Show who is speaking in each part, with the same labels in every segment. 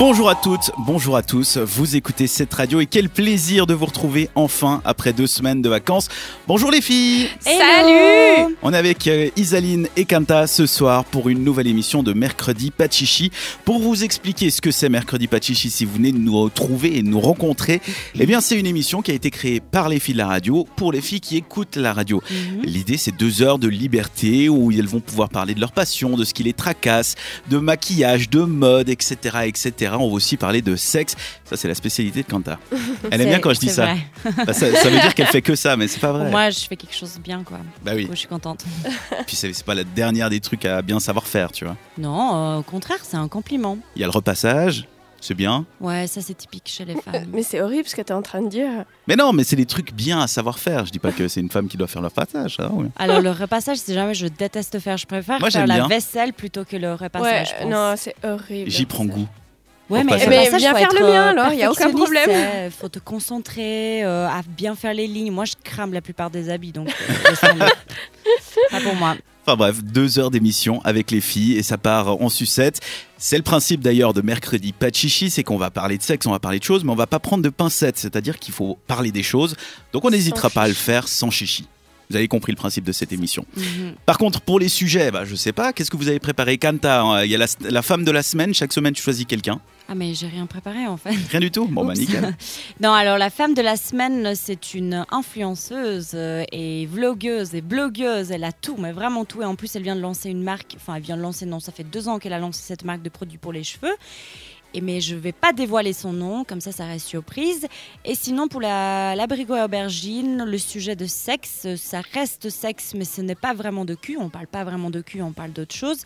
Speaker 1: Bonjour à toutes, bonjour à tous, vous écoutez cette radio et quel plaisir de vous retrouver enfin après deux semaines de vacances. Bonjour les filles
Speaker 2: Salut
Speaker 1: On est avec euh, Isaline et Kanta ce soir pour une nouvelle émission de Mercredi Pachichi. Pour vous expliquer ce que c'est Mercredi Pachichi, si vous venez de nous retrouver et de nous rencontrer, eh bien c'est une émission qui a été créée par les filles de la radio pour les filles qui écoutent la radio.
Speaker 2: Mmh.
Speaker 1: L'idée, c'est deux heures de liberté où elles vont pouvoir parler de leur passion, de ce qui les tracasse, de maquillage, de mode, etc., etc. On va aussi parler de sexe. Ça, c'est la spécialité de Kanta. Elle aime bien quand je dis
Speaker 2: C'est
Speaker 1: ça.
Speaker 2: vrai.
Speaker 1: Bah, ça. ça veut dire qu'elle fait que ça, mais c'est pas vrai.
Speaker 2: Moi, je fais quelque chose de bien, quoi.
Speaker 1: Bah oui.
Speaker 2: Du coup, je suis contente.
Speaker 1: Puis c'est c'est pas la dernière des trucs à bien savoir faire, tu vois.
Speaker 2: Non, euh, au contraire, c'est un compliment.
Speaker 1: Il y a le repassage, c'est bien.
Speaker 2: Ouais, ça, c'est typique chez les
Speaker 3: Euh,
Speaker 2: femmes.
Speaker 3: Mais c'est horrible ce que tu es en train de dire.
Speaker 1: Mais non, mais c'est des trucs bien à savoir faire. Je dis pas que c'est une femme qui doit faire le repassage. ça, oui.
Speaker 2: Alors, le repassage, c'est jamais je déteste faire. Je préfère
Speaker 1: Moi,
Speaker 2: faire
Speaker 1: j'aime
Speaker 2: la
Speaker 1: bien.
Speaker 2: vaisselle plutôt que le
Speaker 3: ouais,
Speaker 2: repassage. je pense.
Speaker 3: non, c'est
Speaker 2: Eh
Speaker 3: horrible.
Speaker 1: J'y prends goût.
Speaker 2: Ouais,
Speaker 1: Repassage.
Speaker 2: mais,
Speaker 1: Mais
Speaker 2: repassage,
Speaker 3: viens
Speaker 2: faut
Speaker 3: faire
Speaker 2: être,
Speaker 3: le mien,
Speaker 2: euh,
Speaker 3: alors, il y a aucun
Speaker 2: perfectionniste,
Speaker 3: problème.
Speaker 2: euh, faut te concentrer euh, à bien faire les lignes. Moi, je crame la plupart des habits, donc. euh, laisse tomber. Pas pour moi.
Speaker 1: Enfin bref, deux heures d'émission avec les filles et ça part en sucette. C'est le principe d'ailleurs de mercredi pas de chichi, c'est qu'on va parler de sexe, on va parler de choses, mais on va pas prendre de pincettes, c'est-à-dire qu'il faut parler des choses, donc on
Speaker 3: Sans
Speaker 1: n'hésitera pas à le
Speaker 3: chichi.
Speaker 1: faire sans chichi. Vous avez compris le principe de cette émission.
Speaker 2: Mhm.
Speaker 1: Par contre, pour les sujets, bah, je sais pas, qu'est-ce que vous avez préparé Kanta, hein, il y a la, la femme de la semaine, chaque semaine tu choisis quelqu'un.
Speaker 2: Ah, mais j'ai rien préparé, en fait.
Speaker 1: Rien du tout Bon bah
Speaker 2: Oups.
Speaker 1: nickel.
Speaker 2: Non, alors la femme de la semaine, c'est une influenceuse euh, et vlogueuse et blogueuse. Elle a tout, mais vraiment tout. Et en plus, elle vient de lancer une marque. Enfin, elle vient de lancer, non, ça fait deux ans qu'elle a lancé cette marque de produits pour les cheveux. Et mais je vais pas dévoiler son nom, comme ça, ça reste surprise. Et sinon, pour la- l'abrigot à aubergine, le sujet de sexe, ça reste sexe, mais ce n'est pas vraiment de cul. On parle pas vraiment de cul, on parle d'autre chose.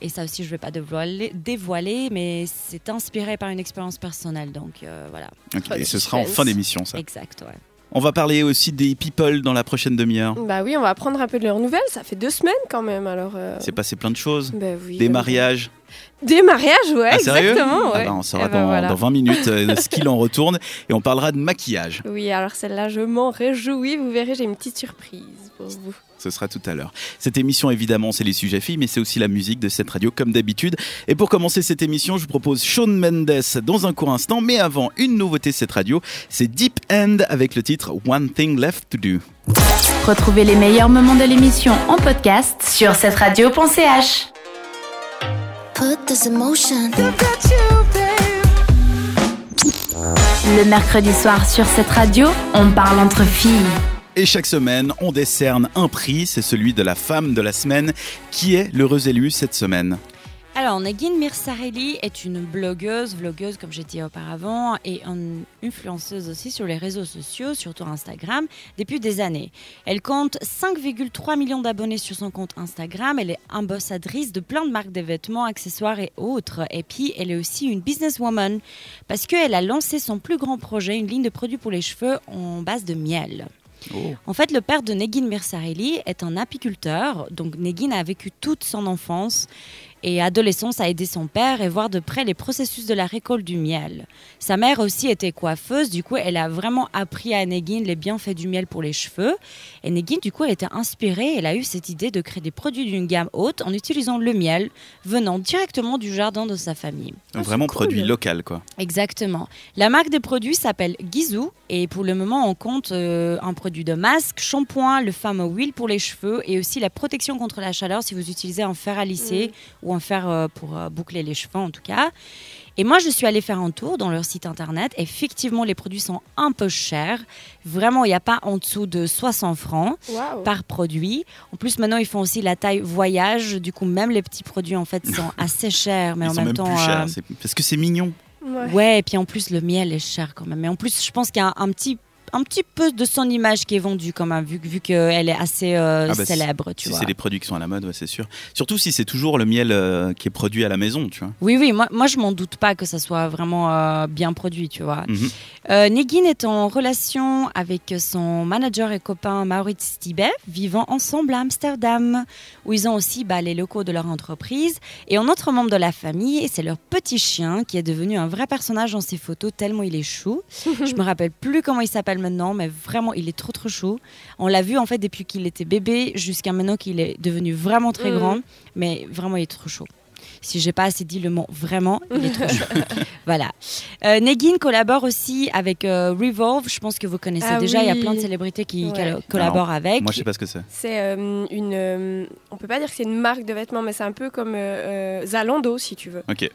Speaker 2: Et ça aussi, je vais pas dévoiler, dévoiler mais c'est inspiré par une expérience personnelle. Donc euh, voilà.
Speaker 1: Ok,
Speaker 3: Oh,
Speaker 1: et
Speaker 3: le
Speaker 1: ce sera en
Speaker 3: suspense.
Speaker 1: fin d'émission ça.
Speaker 2: Exact, ouais.
Speaker 1: On va parler aussi des people dans la prochaine demi-heure.
Speaker 3: Bah oui, on va prendre un peu de leurs nouvelles. Ça fait deux semaines quand même, alors. euh,
Speaker 1: C'est passé plein de choses.
Speaker 3: Bah oui.
Speaker 1: Des
Speaker 3: euh,
Speaker 1: mariages.
Speaker 3: Des mariages, ouais,
Speaker 1: Ah, sérieux
Speaker 3: exactement.
Speaker 1: Ah
Speaker 3: ouais.
Speaker 1: bah, on saura
Speaker 3: Eh ben
Speaker 1: dans,
Speaker 3: voilà.
Speaker 1: dans 20 minutes euh, de ce qu'il en retourne et on parlera de maquillage.
Speaker 3: Oui, alors celle-là, je m'en réjouis. Vous verrez, j'ai une petite surprise pour vous.
Speaker 1: Ce sera tout à l'heure. Cette émission, évidemment, c'est les sujets filles, mais c'est aussi la musique de cette radio, comme d'habitude. Et pour commencer cette émission, je vous propose Shawn Mendes dans un court instant, mais avant, une nouveauté de cette radio, c'est Deep End avec le titre One Thing Left to Do.
Speaker 4: Retrouvez les meilleurs moments de l'émission en podcast sur cette radio.ch.
Speaker 5: Put this emotion.
Speaker 4: Le mercredi soir sur cette radio, on parle entre filles.
Speaker 1: Et chaque semaine, on décerne un prix, c'est celui de la femme de la semaine. Qui est l'heureuse élue cette semaine
Speaker 2: Alors, Nagin Mirsarelli est une blogueuse, vlogueuse comme j'ai dit auparavant, et une influenceuse aussi sur les réseaux sociaux, surtout Instagram, depuis des années. Elle compte 5,3 millions d'abonnés sur son compte Instagram. Elle est ambassadrice de plein de marques de vêtements, accessoires et autres. Et puis, elle est aussi une businesswoman parce qu'elle a lancé son plus grand projet, une ligne de produits pour les cheveux en base de miel.
Speaker 1: Oh,
Speaker 2: En fait, le père de Negin Mirsarelli est un apiculteur. Donc, Negin a vécu toute son enfance et adolescence à aider son père et voir de près les processus de la récolte du miel. Sa mère aussi était coiffeuse. Du coup, elle a vraiment appris à Negin les bienfaits du miel pour les cheveux. Et Negin, du coup, elle était inspirée. Elle a eu cette idée de créer des produits d'une gamme haute en utilisant le miel venant directement du jardin de sa famille.
Speaker 1: Donc Vraiment
Speaker 3: Ah, cool.
Speaker 1: produit local, quoi.
Speaker 2: Exactement. La marque des produits s'appelle Gizou et pour le moment on compte euh, un produit de masque, shampoing, le fameux huile pour les cheveux et aussi la protection contre la chaleur si vous utilisez un fer à lisser ou un fer euh, pour euh, boucler les cheveux en tout cas. Et moi je suis allée faire un tour dans leur site internet. Effectivement les produits sont un peu chers. Vraiment il n'y a pas en dessous de 60 francs
Speaker 3: Waouh.
Speaker 2: par produit. En plus maintenant ils font aussi la taille voyage. Du coup même les petits produits en fait sont assez chers mais
Speaker 1: Ils
Speaker 2: en
Speaker 1: sont
Speaker 2: même,
Speaker 1: même
Speaker 2: temps...
Speaker 1: plus
Speaker 2: euh,
Speaker 1: chers. c'est- Parce que c'est mignon.
Speaker 3: Ouais.
Speaker 2: Ouais, et puis en plus, le miel est cher quand même. Mais en plus, je pense qu'il y a un petit, un petit peu de son image qui est vendue quand même, vu, vu qu'elle est assez euh,
Speaker 1: Ah bah,
Speaker 2: célèbre, tu
Speaker 1: Si
Speaker 2: vois.
Speaker 1: c'est des produits qui sont à la mode, ouais, c'est sûr. Surtout si c'est toujours le miel euh, qui est produit à la maison, tu vois.
Speaker 2: Oui, oui, moi, moi je m'en doute pas que ça soit vraiment euh, bien produit, tu vois.
Speaker 1: Mhm.
Speaker 2: Euh, Negin est en relation avec son manager et copain Maurits Tibet, vivant ensemble à Amsterdam, où ils ont aussi bah, les locaux de leur entreprise. Et un autre membre de la famille, c'est leur petit chien, qui est devenu un vrai personnage dans ses photos, tellement il est chou. Je me rappelle plus comment il s'appelle maintenant, mais vraiment, il est trop trop chou. On l'a vu en fait depuis qu'il était bébé jusqu'à maintenant qu'il est devenu vraiment très
Speaker 3: Mhm.
Speaker 2: grand, mais vraiment, il est trop chaud. Si j'ai pas assez dit le mot vraiment, il est trop chaud. voilà. Euh, Negin collabore aussi avec euh, Revolve. Je pense que vous connaissez
Speaker 3: Ah
Speaker 2: déjà. Il y a
Speaker 3: oui.
Speaker 2: plein de célébrités qui
Speaker 3: Ouais.
Speaker 2: colo- collaborent avec.
Speaker 1: Moi, je sais pas ce que c'est.
Speaker 3: C'est euh, une. euh, on peut pas dire que c'est une marque de vêtements, mais c'est un peu comme euh, euh, Zalando, si tu veux.
Speaker 1: Ok.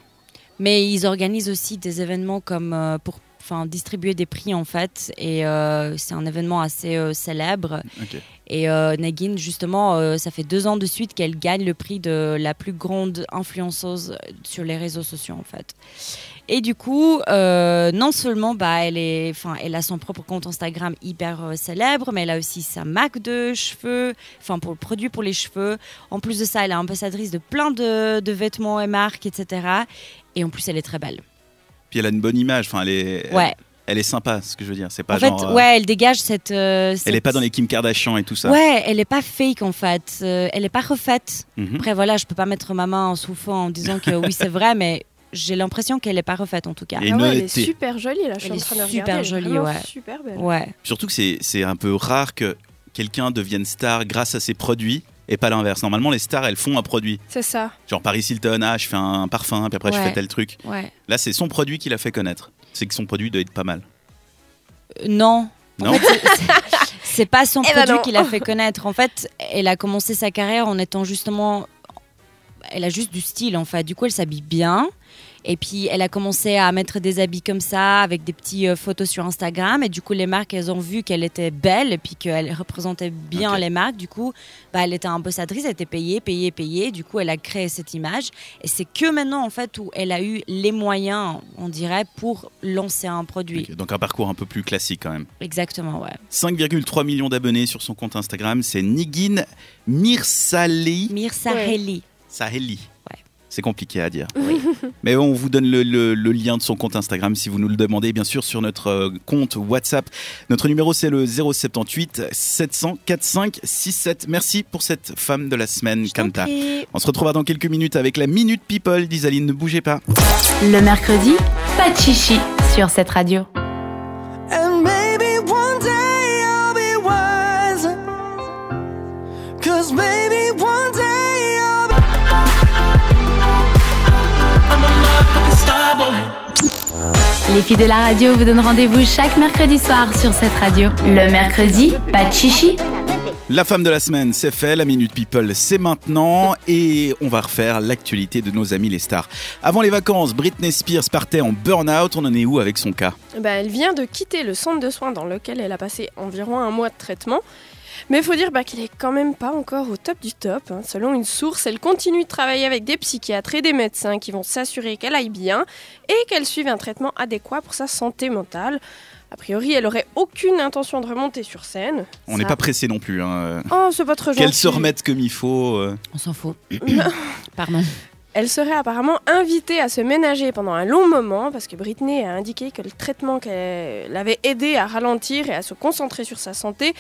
Speaker 2: Mais ils organisent aussi des événements comme euh, pour enfin, distribuer des prix en fait. Et euh, c'est un événement assez euh, célèbre.
Speaker 1: Ok.
Speaker 2: Et euh, Nagin, justement, euh, ça fait deux ans de suite qu'elle gagne le prix de la plus grande influenceuse sur les réseaux sociaux en fait. Et du coup, euh, non seulement bah, elle, est, enfin, elle a son propre compte Instagram hyper euh, célèbre, mais elle a aussi sa marque de cheveux, enfin pour le produit pour les cheveux. En plus de ça, elle est ambassadrice de plein de, de vêtements et marques, etc. Et en plus, elle est très belle.
Speaker 1: Puis elle a une bonne image. Enfin, elle est.
Speaker 2: Ouais.
Speaker 1: Elle est sympa, ce que je veux dire. C'est pas
Speaker 2: En fait,
Speaker 1: genre. euh,
Speaker 2: ouais, elle dégage cette. euh, cette-
Speaker 1: Elle est pas dans les Kim Kardashian et tout ça.
Speaker 2: Ouais, elle est pas fake en fait. Euh, elle est pas refaite.
Speaker 1: Mhm.
Speaker 2: Après, voilà, je peux pas mettre ma main en souffle en disant que oui, c'est vrai, mais j'ai l'impression qu'elle est pas refaite en tout cas.
Speaker 1: Et
Speaker 3: ah ouais, elle est
Speaker 1: notez.
Speaker 3: super jolie là, je suis
Speaker 2: Elle
Speaker 3: en
Speaker 2: est
Speaker 3: train de
Speaker 2: super
Speaker 3: regarder. elle est
Speaker 2: jolie,
Speaker 3: vraiment
Speaker 2: ouais.
Speaker 3: Super belle.
Speaker 2: Ouais.
Speaker 1: Surtout que c'est c'est un peu rare que quelqu'un devienne star grâce à ses produits et pas l'inverse. Normalement, les stars, elles font un produit.
Speaker 3: C'est ça.
Speaker 1: Genre Paris Hilton, ah, je fais un parfum, puis après je
Speaker 2: Ouais.
Speaker 1: fais tel truc.
Speaker 2: Ouais.
Speaker 1: Là, c'est son produit qui l'a fait connaître. C'est que son produit doit être pas mal.
Speaker 2: Euh, non.
Speaker 1: Non
Speaker 2: C'est pas son
Speaker 3: Eh ben
Speaker 2: produit
Speaker 3: non.
Speaker 2: qui l'a fait connaître. En fait, elle a commencé sa carrière en étant justement. Elle a juste du style en fait. Du coup, elle s'habille bien. Et puis, elle a commencé à mettre des habits comme ça, avec des petites photos sur Instagram. Et du coup, les marques, elles ont vu qu'elle était belle et puis qu'elle représentait bien
Speaker 1: Ok.
Speaker 2: les marques. Du coup, bah, elle était ambassadrice, elle était payée, payée, payée. Du coup, elle a créé cette image. Et c'est que maintenant, en fait, où elle a eu les moyens, on dirait, pour lancer un produit.
Speaker 1: Ok, Donc un parcours un peu plus classique quand même.
Speaker 2: Exactement, ouais.
Speaker 1: 5,3 millions d'abonnés sur son compte Instagram, c'est Nigin Mirsalei
Speaker 2: Mirsa
Speaker 3: Ouais.
Speaker 2: Heli.
Speaker 1: Saheli.
Speaker 2: Ouais.
Speaker 1: C'est compliqué à dire. Mais on vous donne le, le- le lien de son compte Instagram si vous nous le demandez, bien sûr, sur notre euh, compte WhatsApp. Notre numéro, c'est le 078 700 45 67. Merci pour cette femme de la semaine,
Speaker 2: Je t'en
Speaker 1: Kanta.
Speaker 2: prie.
Speaker 1: On se retrouvera dans quelques minutes avec la Minute People d'Isaline. Ne bougez pas.
Speaker 4: Le mercredi, pas de chichi sur cette radio.
Speaker 6: And maybe one day I'll be wise. Cause maybe one day I'll be.
Speaker 4: Les filles de la radio vous donnent rendez-vous chaque mercredi soir sur cette radio. Le mercredi, pas de chichi.
Speaker 1: La femme de la semaine, c'est fait. La Minute People, c'est maintenant. Et on va refaire l'actualité de nos amis les stars. Avant les vacances, Britney Spears partait en burn-out. On en est où avec son cas
Speaker 3: Bah, elle vient de quitter le centre de soins dans lequel elle a passé environ un mois de traitement. Mais il faut dire bah, qu'elle est quand même pas encore au top du top. hein. Selon une source, elle continue de travailler avec des psychiatres et des médecins qui vont s'assurer qu'elle aille bien et qu'elle suive un traitement adéquat pour sa santé mentale. A priori, elle aurait aucune intention de remonter sur scène.
Speaker 1: On n'est
Speaker 3: Ça-
Speaker 1: pas pressé non plus. hein.
Speaker 3: Oh, c'est pas trop gentil.
Speaker 1: Qu'elle se remette comme il faut. euh.
Speaker 2: On s'en fout. Pardon.
Speaker 3: Elle serait apparemment invitée à se ménager pendant un long moment parce que Britney a indiqué que le traitement qu'elle avait aidé à ralentir et à se concentrer sur sa santé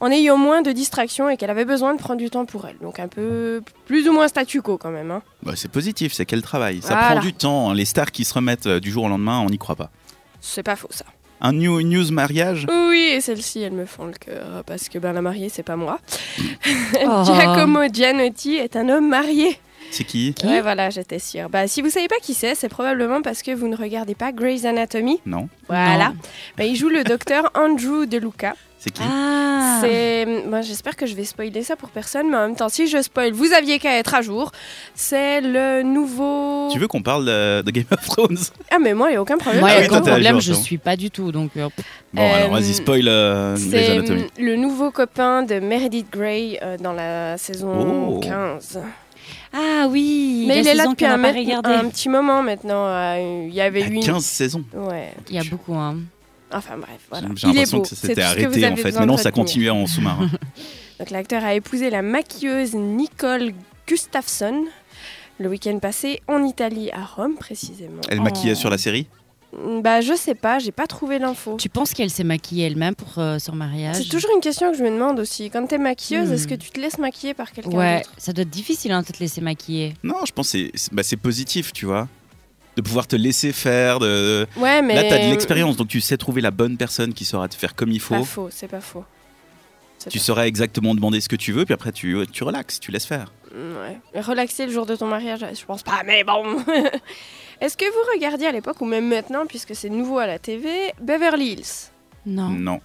Speaker 3: en ayant moins de distractions et qu'elle avait besoin de prendre du temps pour elle. Donc un peu plus ou moins statu quo quand même. hein.
Speaker 1: Bah, c'est positif, c'est qu'elle travaille. Ça
Speaker 3: Voilà.
Speaker 1: prend du temps. hein. Les stars qui se remettent euh, du jour au lendemain, on n'y croit pas.
Speaker 3: C'est pas faux ça.
Speaker 1: Un new, une news mariage
Speaker 3: Oui, et celle-ci, elle me fend le cœur parce que ben, la mariée, c'est pas moi.
Speaker 2: Oh.
Speaker 3: Giacomo Gianotti est un homme marié.
Speaker 1: C'est qui
Speaker 2: Qui
Speaker 3: ouais, voilà, j'étais sûre. Bah, si vous savez pas qui c'est, c'est probablement parce que vous ne regardez pas Grey's Anatomy.
Speaker 1: Non
Speaker 3: Voilà.
Speaker 2: Non.
Speaker 3: Bah, il joue le docteur Andrew DeLuca.
Speaker 1: C'est qui
Speaker 2: Ah.
Speaker 3: C'est, euh, moi, j'espère que je vais spoiler ça pour personne, mais en même temps, si je spoil, vous aviez qu'à être à jour. C'est le nouveau.
Speaker 1: Tu veux qu'on parle euh, de Game of Thrones
Speaker 3: Ah, mais moi, il n'y a aucun problème.
Speaker 2: Moi,
Speaker 1: Ah
Speaker 2: il y a
Speaker 1: oui,
Speaker 2: aucun
Speaker 1: toi, t'es à
Speaker 2: problème,
Speaker 1: jour,
Speaker 2: je
Speaker 1: toi.
Speaker 2: suis pas du tout. Donc, euh, pff,
Speaker 1: Bon,
Speaker 3: Euh,
Speaker 1: alors vas-y, spoil euh, Grey's
Speaker 3: C'est
Speaker 1: Anatomy.
Speaker 3: le nouveau copain de Meredith Grey euh, dans la saison
Speaker 1: Oh.
Speaker 3: 15.
Speaker 2: ah oui.
Speaker 3: mais
Speaker 2: la
Speaker 3: il est là
Speaker 2: saison
Speaker 3: depuis
Speaker 2: qu'on
Speaker 3: un,
Speaker 2: n'a pas
Speaker 3: mét-
Speaker 2: regardé.
Speaker 3: un petit moment maintenant. euh, Il y avait eu
Speaker 1: Il y a
Speaker 3: une.
Speaker 1: 15 saisons.
Speaker 3: Ouais.
Speaker 2: Il y a beaucoup. Hein.
Speaker 3: Enfin bref, voilà.
Speaker 1: J'ai
Speaker 3: Il est
Speaker 1: l'impression
Speaker 3: beau.
Speaker 1: que ça
Speaker 3: C'est
Speaker 1: s'était
Speaker 3: tout ce que vous
Speaker 1: arrêté en
Speaker 3: avez
Speaker 1: fait.
Speaker 3: besoin
Speaker 1: Mais non,
Speaker 3: de
Speaker 1: ça
Speaker 3: retenir.
Speaker 1: continuait en sous-marin.
Speaker 3: Donc l'acteur a épousé la maquilleuse Nicole Gustafsson le week-end passé en Italie, à Rome précisément.
Speaker 1: Elle
Speaker 2: Oh.
Speaker 1: maquillait sur la série
Speaker 3: Bah je sais pas, j'ai pas trouvé l'info.
Speaker 2: Tu penses qu'elle s'est maquillée elle-même pour euh, son mariage
Speaker 3: C'est toujours une question que je me demande aussi. Quand t'es maquilleuse,
Speaker 2: Hmm.
Speaker 3: est-ce que tu te laisses maquiller par quelqu'un
Speaker 2: Ouais,
Speaker 3: d'autre
Speaker 2: ça doit être difficile hein, de te laisser maquiller.
Speaker 1: Non, je pense que c'est- c'est bah, c'est positif, tu vois. De pouvoir te laisser faire. De...
Speaker 3: Ouais, mais euh,
Speaker 1: Là, t'as de l'expérience, donc tu sais trouver la bonne personne qui saura te faire comme il
Speaker 3: Pas
Speaker 1: faut.
Speaker 3: faux, c'est pas faux. C'est
Speaker 1: Tu
Speaker 3: pas
Speaker 1: sauras exactement demander ce que tu veux, puis après, tu, tu relaxes, tu laisses faire.
Speaker 3: faux. Mm, Ouais. Relaxer le jour de ton mariage, je pense pas, mais bon. Est-ce que vous regardiez à l'époque, ou même maintenant, puisque c'est nouveau à la TV, Beverly Hills
Speaker 2: Non.
Speaker 1: Non.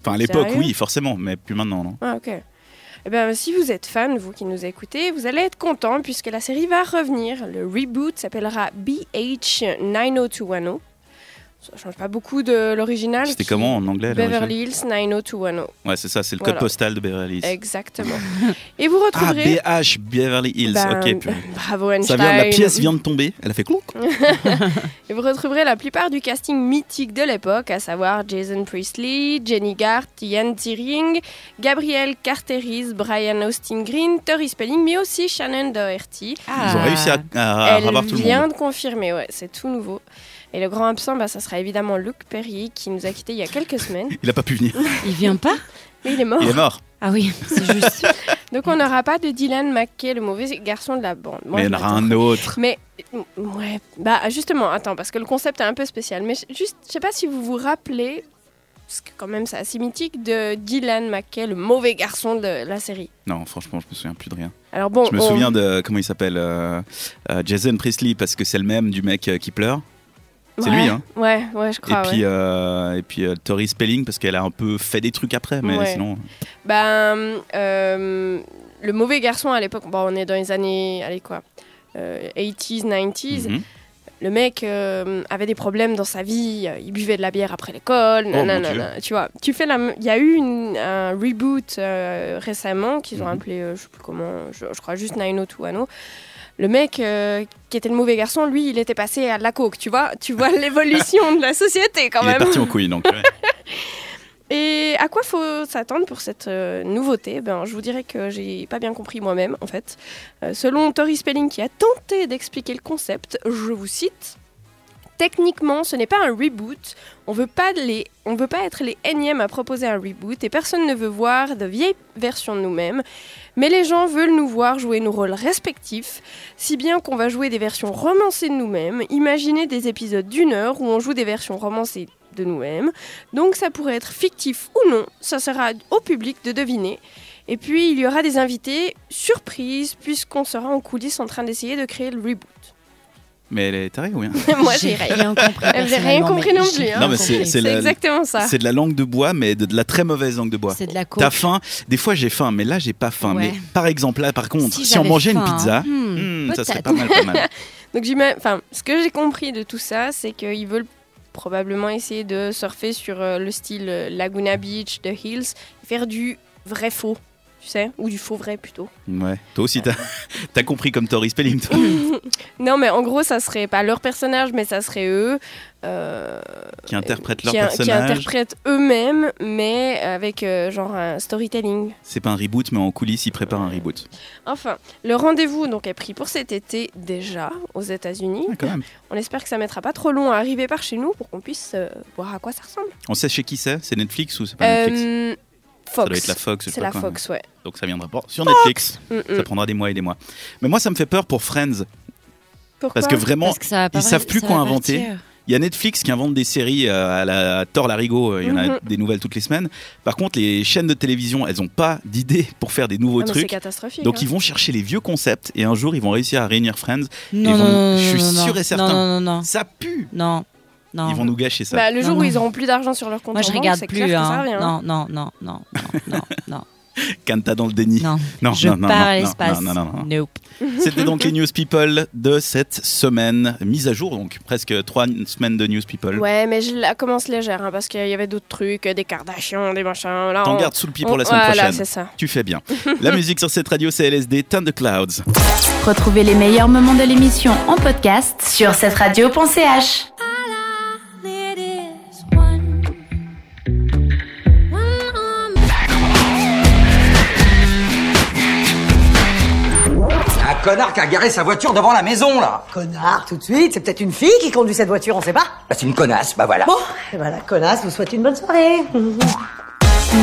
Speaker 1: Enfin, à l'époque,
Speaker 3: Sérieux
Speaker 1: oui, forcément, mais plus maintenant, non
Speaker 3: Ah, ok. Eh ben, si vous êtes fan, vous qui nous écoutez, vous allez être content puisque la série va revenir. Le reboot s'appellera BH90210. Ça change pas beaucoup de l'original.
Speaker 1: C'était
Speaker 3: qui-
Speaker 1: comment en anglais à l'origine
Speaker 3: Ah, Beverly Hills 90210.
Speaker 1: Ouais, c'est ça, c'est le code
Speaker 3: Voilà.
Speaker 1: postal de Beverly Hills.
Speaker 3: Exactement. Et vous
Speaker 1: Ah,
Speaker 3: retrouverez.
Speaker 1: BH, Beverly Hills.
Speaker 3: Ben,
Speaker 1: ok, purée.
Speaker 3: Bravo Einstein.
Speaker 1: Ça vient, la pièce vient de tomber, elle a fait clonk.
Speaker 3: Et vous retrouverez la plupart du casting mythique de l'époque, à savoir Jason Priestley, Jenny Garth, Ian Tiering, Gabriel Carteris, Brian Austin Green, Tori Spelling, mais aussi Shannon Doherty.
Speaker 1: Ils
Speaker 2: Ah.
Speaker 1: ont réussi à, Ah, à
Speaker 3: Ah. Elle
Speaker 1: ravoir tout le
Speaker 3: vient
Speaker 1: monde.
Speaker 3: de confirmer, ouais, c'est tout nouveau. Et le grand absent, bah, ça sera évidemment Luke Perry, qui nous a quittés il y a quelques semaines.
Speaker 1: Il a pas pu venir.
Speaker 2: Il vient pas
Speaker 3: Mais il est mort.
Speaker 1: Il est mort.
Speaker 2: Ah oui, c'est juste.
Speaker 3: Donc on n'aura pas de Dylan McKay, le mauvais garçon de la bande. Moi,
Speaker 1: mais il
Speaker 3: je
Speaker 1: y en aura
Speaker 3: m'attends.
Speaker 1: un autre.
Speaker 3: Mais, m- ouais, bah justement, attends, parce que le concept est un peu spécial. Mais je- juste, je sais pas si vous vous rappelez, parce que quand même c'est assez mythique, de Dylan McKay, le mauvais garçon de la série.
Speaker 1: Non, franchement, je me souviens plus de rien.
Speaker 3: Alors bon,
Speaker 1: Je me
Speaker 3: on-
Speaker 1: souviens de comment il s'appelle euh, euh, Jason Priestley parce que c'est le même du mec euh, qui pleure. C'est
Speaker 3: Ouais,
Speaker 1: lui, hein.
Speaker 3: Ouais, ouais, je
Speaker 1: Et
Speaker 3: crois.
Speaker 1: puis,
Speaker 3: ouais.
Speaker 1: euh, et puis euh, Tori Spelling parce qu'elle a un peu fait des trucs après, mais
Speaker 3: Ouais.
Speaker 1: sinon.
Speaker 3: Ben, euh, le mauvais garçon à l'époque, bon, on est dans les années, allez quoi, euh, 80s, 90s.
Speaker 1: Mhm.
Speaker 3: Le mec euh, avait des problèmes dans sa vie, euh, il buvait de la bière après l'école,
Speaker 1: Oh, mon
Speaker 3: nanana, tu vois. Tu fais la, m- il y a eu une- un reboot euh, récemment qu'ils ont
Speaker 1: Mhm.
Speaker 3: appelé, euh, je sais plus comment, je, je crois juste oh Naino Tuano. Le mec euh, qui était le mauvais garçon, lui, il était passé à de la coke, tu vois. Tu vois l'évolution de la société quand
Speaker 1: il est
Speaker 3: même.
Speaker 1: parti en couille donc. ouais.
Speaker 3: Et à quoi faut s'attendre pour cette euh, nouveauté ben, Je vous dirais que j'ai pas bien compris moi-même, en fait. Euh, selon Tori Spelling, qui a tenté d'expliquer le concept, je vous cite Techniquement, ce n'est pas un reboot. On veut pas les, on veut pas être les énièmes à proposer un reboot et personne ne veut voir de vieilles versions de nous-mêmes. Mais les gens veulent nous voir jouer nos rôles respectifs, si bien qu'on va jouer des versions romancées de nous-mêmes. Imaginez des épisodes d'une heure où on joue des versions romancées de nous-mêmes. Donc ça pourrait être fictif ou non, ça sera au public de deviner. Et puis il y aura des invités surprises puisqu'on sera en coulisses en train d'essayer de créer le reboot.
Speaker 1: Mais elle est hein. tarée ou rien
Speaker 3: Moi j'irai.
Speaker 2: rien compris.
Speaker 3: J'ai rien
Speaker 2: personnellement,
Speaker 3: compris
Speaker 2: mais
Speaker 3: non
Speaker 2: j'ai
Speaker 3: plus, hein.
Speaker 2: rien
Speaker 1: Non, mais c'est-
Speaker 2: compris.
Speaker 1: c'est la-
Speaker 3: C'est exactement ça.
Speaker 1: C'est de la langue de bois, mais de, de la très mauvaise langue de bois.
Speaker 2: C'est de la coke.
Speaker 1: T'as faim Des fois j'ai faim, mais là j'ai pas faim.
Speaker 2: Ouais.
Speaker 1: Mais par exemple, là par contre, si, on
Speaker 2: j'avais
Speaker 1: mangeait une
Speaker 2: faim,
Speaker 1: pizza,
Speaker 2: hmm,
Speaker 1: hmm, ça serait
Speaker 2: peut-être.
Speaker 1: pas mal, pas mal.
Speaker 3: Donc j'ima- enfin, ce que j'ai compris de tout ça, c'est qu'ils veulent probablement essayer de surfer sur euh, le style euh, Laguna Beach, The Hills, faire du vrai faux, tu sais, ou du faux vrai plutôt.
Speaker 1: Ouais. Toi aussi, t'as t'as compris comme Tori Spelling. toi.
Speaker 3: Non mais en gros ça serait pas leur personnage, mais ça serait eux. Euh,
Speaker 1: qui interprètent leur
Speaker 3: qui, qui
Speaker 1: personnage.
Speaker 3: interprètent eux-mêmes, mais avec euh, genre un storytelling.
Speaker 1: C'est pas un reboot, mais en coulisses, ils préparent un reboot.
Speaker 3: Enfin, le rendez-vous donc est pris pour cet été déjà aux États-Unis.
Speaker 1: Ah, quand même.
Speaker 3: On espère que ça mettra pas trop long à arriver par chez nous pour qu'on puisse euh, voir à quoi ça ressemble.
Speaker 1: On sait chez qui c'est C'est Netflix ou c'est pas Netflix
Speaker 3: Euh,
Speaker 1: Ça
Speaker 3: Fox.
Speaker 1: doit être la Fox. je sais
Speaker 3: C'est
Speaker 1: pas
Speaker 3: la
Speaker 1: quoi,
Speaker 3: Fox, ouais.
Speaker 1: mais- Donc ça viendra pas sur Netflix.
Speaker 3: Mm,
Speaker 1: Ça
Speaker 3: mm.
Speaker 1: prendra des mois et des mois. Mais moi, ça me fait peur pour Friends.
Speaker 3: Pourquoi Ah,
Speaker 1: Parce que vraiment,
Speaker 2: Parce que ça va pas
Speaker 1: ils
Speaker 2: vrai-
Speaker 1: savent plus
Speaker 2: ça
Speaker 1: quoi
Speaker 2: va
Speaker 1: inventer.
Speaker 2: partir.
Speaker 1: il y a Netflix qui invente des séries euh, à la à Thor Larigot. euh, Il y en a
Speaker 3: Mhm.
Speaker 1: des nouvelles toutes les semaines. Par contre, les chaînes de télévision, elles ont pas d'idée pour faire des nouveaux
Speaker 3: Ah, mais c'est
Speaker 1: trucs.
Speaker 3: catastrophique.
Speaker 1: Donc
Speaker 3: hein.
Speaker 1: ils vont chercher les vieux concepts et un jour ils vont réussir à réunir Friends.
Speaker 2: Non,
Speaker 1: Ils
Speaker 2: non,
Speaker 1: vont-
Speaker 2: non,
Speaker 1: je suis
Speaker 2: non, non,
Speaker 1: sûr et
Speaker 2: non,
Speaker 1: certain.
Speaker 2: Non, non, non,
Speaker 1: Ça pue.
Speaker 2: non, non.
Speaker 1: Ils vont nous gâcher ça.
Speaker 3: Bah, le jour
Speaker 2: Non,
Speaker 3: où
Speaker 2: non.
Speaker 3: ils auront plus d'argent sur leur compte
Speaker 2: Moi, je
Speaker 3: en banque,
Speaker 2: regarde
Speaker 3: c'est
Speaker 2: plus.
Speaker 3: clair que ça
Speaker 2: hein.
Speaker 3: revient.
Speaker 2: Non, non, non, non, non, non,
Speaker 1: Canta dans le déni.
Speaker 2: non, non.
Speaker 1: Non,
Speaker 2: Je
Speaker 1: non, non,
Speaker 2: pars à
Speaker 1: non, non,
Speaker 2: l'espace.
Speaker 1: non, non, non.
Speaker 2: Nope.
Speaker 1: C'était donc les News People de cette semaine, mise à jour, donc presque trois semaines de News People.
Speaker 3: Ouais, mais je la commence légère hein, parce qu'il y avait d'autres trucs, euh, des Kardashians, des machins. Là,
Speaker 1: T'en
Speaker 3: on-
Speaker 1: gardes sous le pied
Speaker 3: on-
Speaker 1: pour la semaine
Speaker 3: Voilà,
Speaker 1: prochaine.
Speaker 3: c'est ça.
Speaker 1: Tu fais bien. La musique sur cette radio, c'est LSD, Thunderclouds.
Speaker 4: Retrouvez les meilleurs moments de l'émission en podcast sur cette radio.ch.
Speaker 5: It is one. One arm.
Speaker 7: Un connard qui a garé sa voiture devant la maison, là
Speaker 8: Connard, tout de suite, c'est peut-être une fille qui conduit cette voiture, on sait pas.
Speaker 7: Bah, c'est une connasse, bah voilà.
Speaker 8: Bon, et voilà, connasse, vous souhaite une bonne soirée.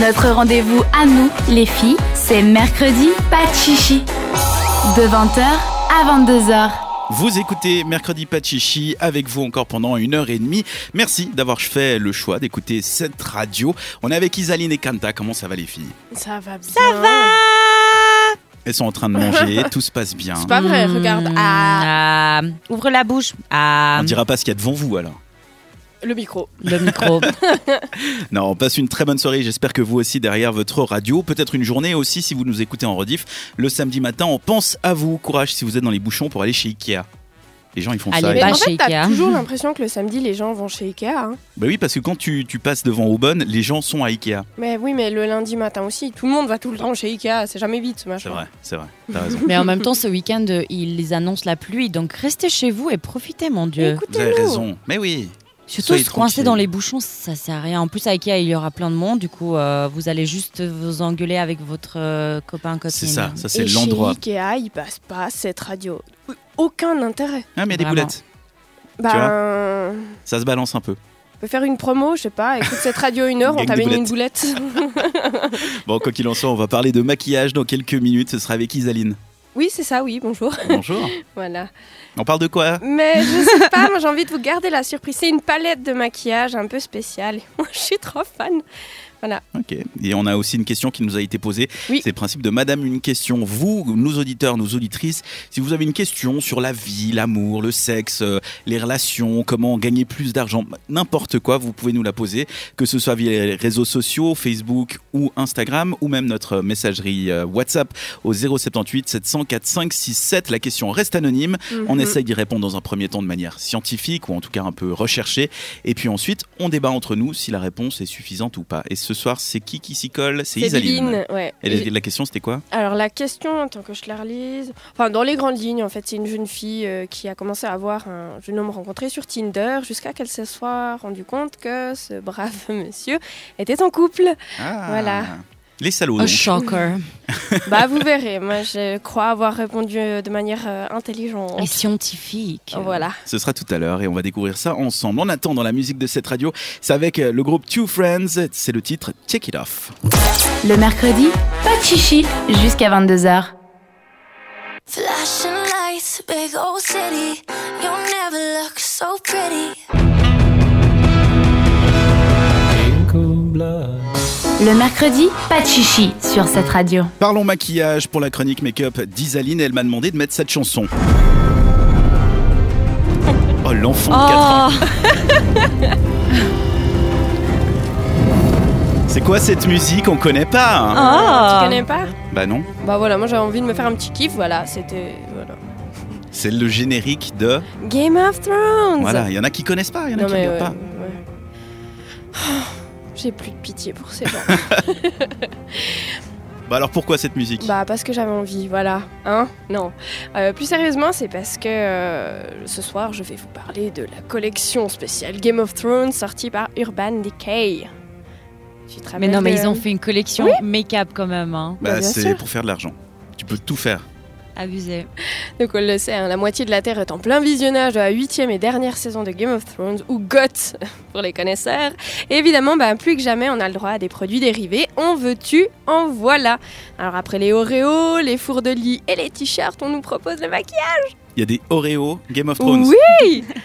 Speaker 4: Notre rendez-vous à nous, les filles, c'est mercredi, pas de chichi. De 20h à 22h.
Speaker 1: Vous écoutez Mercredi Pachichi avec vous encore pendant une heure et demie. Merci d'avoir fait le choix d'écouter cette radio. On est avec Isaline et Kanta. Comment ça va les filles
Speaker 3: Ça va bien. Ça va
Speaker 1: Eh Elles sont en train de manger, tout se passe bien.
Speaker 3: C'est pas vrai, regarde.
Speaker 2: Mmh, ah,
Speaker 3: Ah,
Speaker 2: Ouvre la bouche. Ah,
Speaker 1: On dira pas ce qu'il y a devant vous alors.
Speaker 3: le micro.
Speaker 2: le micro.
Speaker 1: Non, on passe une très bonne soirée. J'espère que vous aussi derrière votre radio, peut-être une journée aussi si vous nous écoutez en rediff. Le samedi matin, on pense à vous. Courage si vous êtes dans les bouchons pour aller chez Ikea. Les gens, ils font
Speaker 2: Allez,
Speaker 1: ça. Bah
Speaker 2: Mais
Speaker 3: Mais
Speaker 1: ils-
Speaker 2: pas
Speaker 3: en fait,
Speaker 2: Bah, chez
Speaker 3: t'as
Speaker 2: Ikea.
Speaker 3: toujours l'impression que le samedi, les gens vont chez Ikea. hein.
Speaker 1: Bah oui, parce que quand tu, tu passes devant Aubonne, les gens sont à Ikea.
Speaker 3: Mais oui, mais le lundi matin aussi, tout le monde va tout le temps chez Ikea. C'est jamais vite, ce
Speaker 1: C'est
Speaker 3: machin.
Speaker 1: vrai, c'est vrai. T'as raison.
Speaker 2: Mais en même temps, ce week-end, euh, ils annoncent la pluie, donc restez chez vous et profitez, mon Dieu.
Speaker 1: Vous avez raison. Mais oui.
Speaker 2: Surtout
Speaker 1: soyez
Speaker 2: se coincer
Speaker 1: tranquille.
Speaker 2: dans les bouchons, ça sert à rien. En plus, à Ikea, il y aura plein de monde, du coup, euh, vous allez juste vous engueuler avec votre euh, copain, copine.
Speaker 1: C'est ça, ça
Speaker 3: Et
Speaker 1: c'est l'endroit.
Speaker 3: Chez Ikea, ils passent pas cette radio. Aucun intérêt.
Speaker 1: Ah, mais il y a des
Speaker 2: Vraiment.
Speaker 1: boulettes.
Speaker 3: Ben,
Speaker 1: Ça se balance un peu.
Speaker 3: on peut faire une promo, je sais pas. Écoute cette radio une heure, on
Speaker 1: Gagne des
Speaker 3: t'amène une boulette.
Speaker 1: Bon, quoi qu'il en soit, on va parler de maquillage dans quelques minutes. Ce sera avec Isaline.
Speaker 3: oui, c'est ça, oui, bonjour.
Speaker 1: Bonjour.
Speaker 3: Voilà.
Speaker 1: On parle de quoi
Speaker 3: Mais je sais pas, moi j'ai envie de vous garder la surprise. C'est une palette de maquillage un peu spéciale. Moi je suis trop fan.
Speaker 1: Ok. Et on a aussi une question qui nous a été posée.
Speaker 3: Oui.
Speaker 1: C'est le principe de Madame une question. Vous, nos auditeurs, nos auditrices, si vous avez une question sur la vie, l'amour, le sexe, euh, les relations, comment gagner plus d'argent, n'importe quoi, vous pouvez nous la poser, que ce soit via les réseaux sociaux, Facebook ou Instagram, ou même notre messagerie euh, WhatsApp au 078 704 567. La question reste anonyme. On
Speaker 3: Mm-hmm.
Speaker 1: essaye d'y répondre dans un premier temps de manière scientifique ou en tout cas un peu recherchée. Et puis ensuite, on débat entre nous si la réponse est suffisante ou pas. Et ce soir, c'est qui qui s'y colle C'est Isaline.
Speaker 3: Biline, ouais.
Speaker 1: Et la, la question, c'était quoi
Speaker 3: Alors la question, tant que je la relise, enfin dans les grandes lignes en fait, c'est une jeune fille euh, qui a commencé à avoir un jeune homme rencontré sur Tinder jusqu'à qu'elle se soit rendue compte que ce brave monsieur était en couple.
Speaker 1: Ah.
Speaker 3: Voilà.
Speaker 1: Les salauds.
Speaker 2: Un
Speaker 1: donc.
Speaker 2: shocker.
Speaker 3: bah vous verrez, moi je crois avoir répondu euh, de manière euh, intelligente.
Speaker 2: Et scientifique.
Speaker 3: Voilà.
Speaker 1: Ce sera tout à l'heure et on va découvrir ça ensemble. En attendant la musique de cette radio, c'est avec euh, le groupe Two Friends. C'est le titre Check It Off.
Speaker 4: Le mercredi, pas de chichi jusqu'à 22h.
Speaker 5: Flashing lights, big old city. You'll never look so pretty.
Speaker 4: Le mercredi, pas de chichi sur cette radio.
Speaker 1: Parlons maquillage pour la chronique make-up d'Isaline. Elle m'a demandé de mettre cette chanson. Oh, l'enfant de 4 ans.
Speaker 2: Oh,
Speaker 1: C'est quoi cette musique On connaît pas. hein.
Speaker 3: Ah.
Speaker 2: oh.
Speaker 3: Tu connais pas
Speaker 1: Bah non,
Speaker 3: Bah voilà, moi j'avais envie de me faire un petit kiff, voilà, c'était voilà.
Speaker 1: c'est le générique de.
Speaker 3: Game of Thrones.
Speaker 1: Voilà, il y en a qui connaissent pas, il y en a qui ne
Speaker 3: ouais,
Speaker 1: pas.
Speaker 3: ouais. Oh, J'ai plus de pitié pour ces gens.
Speaker 1: Bah alors pourquoi cette musique
Speaker 3: bah parce que j'avais envie, voilà. Hein Non. Euh, plus sérieusement, c'est parce que euh, ce soir, je vais vous parler de la collection spéciale Game of Thrones sortie par Urban Decay. Tu te
Speaker 2: Mais
Speaker 3: rappelles
Speaker 2: non, mais
Speaker 3: de-
Speaker 2: ils ont fait une collection make-up quand même. Hein.
Speaker 1: Bah,
Speaker 3: bien
Speaker 1: c'est
Speaker 3: sûr.
Speaker 1: pour faire de l'argent. Tu peux tout faire.
Speaker 2: Abusé.
Speaker 3: Donc on le sait, hein, la moitié de la Terre est en plein visionnage de la huitième et dernière saison de Game of Thrones, ou GOT pour les connaisseurs. Et évidemment, bah, plus que jamais, on a le droit à des produits dérivés. En veux-tu En voilà Alors après les Oreos, les fours de lit et les t-shirts, on nous propose le maquillage.
Speaker 1: Il y a des Oreo Game of Thrones.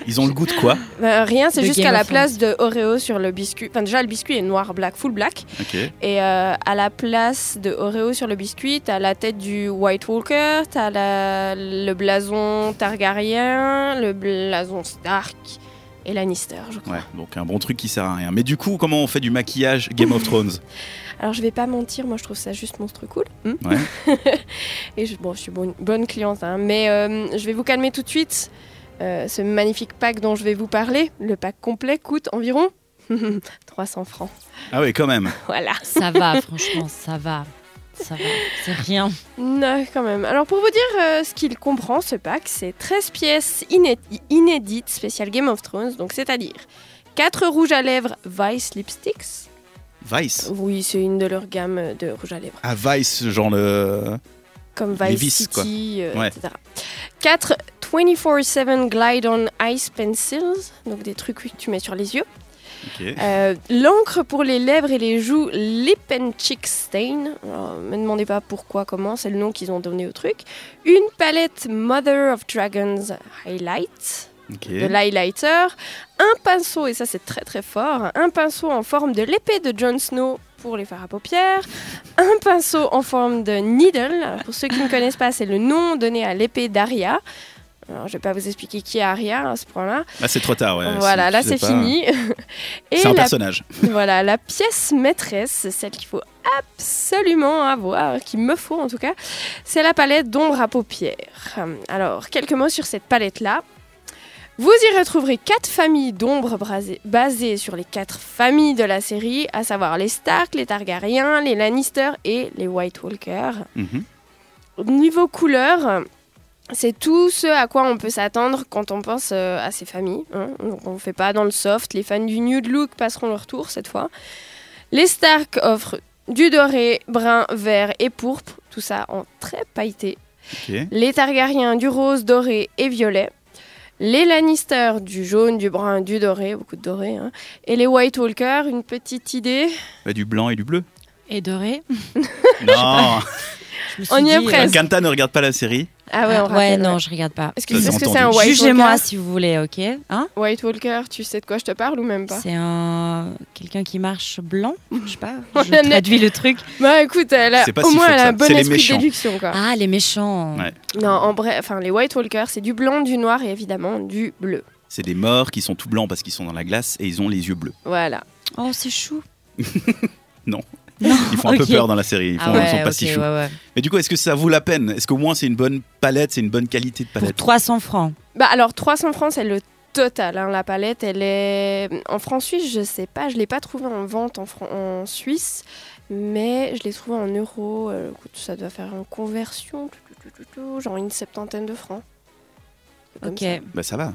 Speaker 1: Ils ont le goût de quoi
Speaker 3: Bah, Rien, c'est
Speaker 2: De
Speaker 3: juste
Speaker 2: Game
Speaker 3: qu'à
Speaker 2: of
Speaker 3: la place de Oreo sur le biscuit, enfin déjà le biscuit est noir, black, full black,
Speaker 1: Ok.
Speaker 3: et euh, à la place de Oreo sur le biscuit, t'as la tête du White Walker, t'as la- le blason Targaryen, le blason Stark et Lannister, je crois.
Speaker 1: Ouais, donc un bon truc qui sert à rien. Mais du coup, comment on fait du maquillage Game of Thrones
Speaker 3: Alors je vais pas mentir, moi je trouve ça juste monstre cool. Hmm.
Speaker 1: Ouais.
Speaker 3: et je, bon, je suis bonne, bonne cliente, hein, mais euh, je vais vous calmer tout de suite. Euh, ce magnifique pack dont je vais vous parler, le pack complet coûte environ 300 francs.
Speaker 1: Ah oui, quand même.
Speaker 3: Voilà.
Speaker 2: Ça va, franchement, ça va. Ça va. C'est rien.
Speaker 3: Non, quand même. Alors, pour vous dire euh, ce qu'il comprend, ce pack, c'est 13 pièces iné- inédites spécial Game of Thrones, donc c'est-à-dire 4 rouges à lèvres Vice Lipsticks.
Speaker 1: Vice.
Speaker 3: Oui, c'est une de leur gamme de rouges à lèvres,
Speaker 1: Ah, Vice, genre le.
Speaker 3: comme Vice
Speaker 1: Les vis, quoi.
Speaker 3: City, euh,
Speaker 1: Ouais.
Speaker 3: etc. 4 24-7 Glide on Ice Pencils, donc des trucs que tu mets sur les yeux.
Speaker 1: Ok.
Speaker 3: Euh, L'encre pour les lèvres et les joues Lip and Cheek Stain. Alors, me demandez pas pourquoi, comment, c'est le nom qu'ils ont donné au truc. Une palette Mother of Dragons Highlight,
Speaker 1: ok.
Speaker 3: Euh, de l'highlighter. Un pinceau, et ça c'est très très fort, un pinceau en forme de l'épée de Jon Snow pour les fards à paupières, un pinceau en forme de needle. Alors, pour ceux qui ne connaissent pas, c'est le nom donné à l'épée d'Aria. Alors, je vais pas vous expliquer qui est Aria à ce point-là.
Speaker 1: Ah, c'est trop tard, ouais.
Speaker 3: voilà,
Speaker 1: Si
Speaker 3: là
Speaker 1: tu sais pas.
Speaker 3: c'est fini. Et
Speaker 1: C'est un
Speaker 3: la
Speaker 1: personnage.
Speaker 3: voilà, la pièce maîtresse, celle qu'il faut absolument avoir, qu'il me faut en tout cas, c'est la palette d'ombre à paupières. Alors, quelques mots sur cette palette-là. Vous y retrouverez quatre familles d'ombres brasées- basées sur les quatre familles de la série, à savoir les Stark, les Targaryens, les Lannister et les White Walkers.
Speaker 1: Mhm.
Speaker 3: Au Niveau couleur, euh, c'est tout ce à quoi on peut s'attendre quand on pense euh, à ces familles. hein. Donc on ne fait pas dans le soft. Les fans du nude look passeront leur tour cette fois. Les Stark offrent du doré, brun, vert et pourpre, tout ça en très pailleté.
Speaker 1: Ok.
Speaker 3: Les Targaryens du rose, doré et violet. Les Lannister du jaune, du brun, du doré, beaucoup de doré. hein. Et les White Walkers, une petite idée.
Speaker 1: Bah, du blanc et du bleu.
Speaker 2: Et doré.
Speaker 1: Non,
Speaker 2: Je me suis
Speaker 3: On y est
Speaker 2: dit,
Speaker 3: presque.
Speaker 1: Kanta ne regarde pas la série.
Speaker 3: Ah ouais,
Speaker 2: euh,
Speaker 3: on
Speaker 2: ouais,
Speaker 3: rappelle,
Speaker 2: non,
Speaker 3: ouais.
Speaker 2: je regarde pas.
Speaker 3: Est-ce que tu
Speaker 1: Ça, j'ai
Speaker 3: sais ce que c'est un
Speaker 1: entendu.
Speaker 3: White
Speaker 2: Jugez-moi
Speaker 3: Walker
Speaker 2: si vous voulez, ok hein
Speaker 3: White Walker, tu sais de quoi je te parle ou même pas
Speaker 2: C'est un quelqu'un qui marche blanc, je sais pas.
Speaker 3: On
Speaker 2: Je
Speaker 3: est-
Speaker 2: traduis le truc.
Speaker 3: Bah écoute, elle a-
Speaker 1: C'est pas
Speaker 3: au
Speaker 1: si
Speaker 3: moins
Speaker 1: faux que
Speaker 3: elle a
Speaker 1: ça.
Speaker 3: un bon
Speaker 1: C'est les
Speaker 3: esprit de
Speaker 1: méchants.
Speaker 3: déduction quoi.
Speaker 2: Ah, les méchants.
Speaker 1: Ouais.
Speaker 3: Non, en bref, enfin les White Walkers, c'est du blanc, du noir et évidemment du bleu.
Speaker 1: C'est des morts qui sont tout blancs parce qu'ils sont dans la glace et ils ont les yeux bleus.
Speaker 3: Voilà.
Speaker 2: Oh, c'est chou.
Speaker 1: Non.
Speaker 2: Non,
Speaker 1: Ils font un
Speaker 2: ok.
Speaker 1: peu peur dans la série. Ils, font,
Speaker 2: Ah ouais,
Speaker 1: ils sont pas
Speaker 2: ok,
Speaker 1: si choux.
Speaker 2: ouais, ouais.
Speaker 1: Mais du coup, est-ce que ça vaut la peine Est-ce qu'au moins c'est une bonne palette, c'est une bonne qualité de
Speaker 2: Pour
Speaker 1: palette
Speaker 2: 300 francs.
Speaker 3: Bah alors 300 francs, c'est le total. hein. La palette, elle est mm, en francs suisses, je sais pas, je l'ai pas trouvée en vente en, fran- en Suisse, mais je l'ai trouvée en euros. Euh, écoute, ça doit faire une conversion, tout, tout, tout, tout, tout, genre une septantaine de francs. Comme
Speaker 2: Ok.
Speaker 3: ça.
Speaker 1: Bah ça va.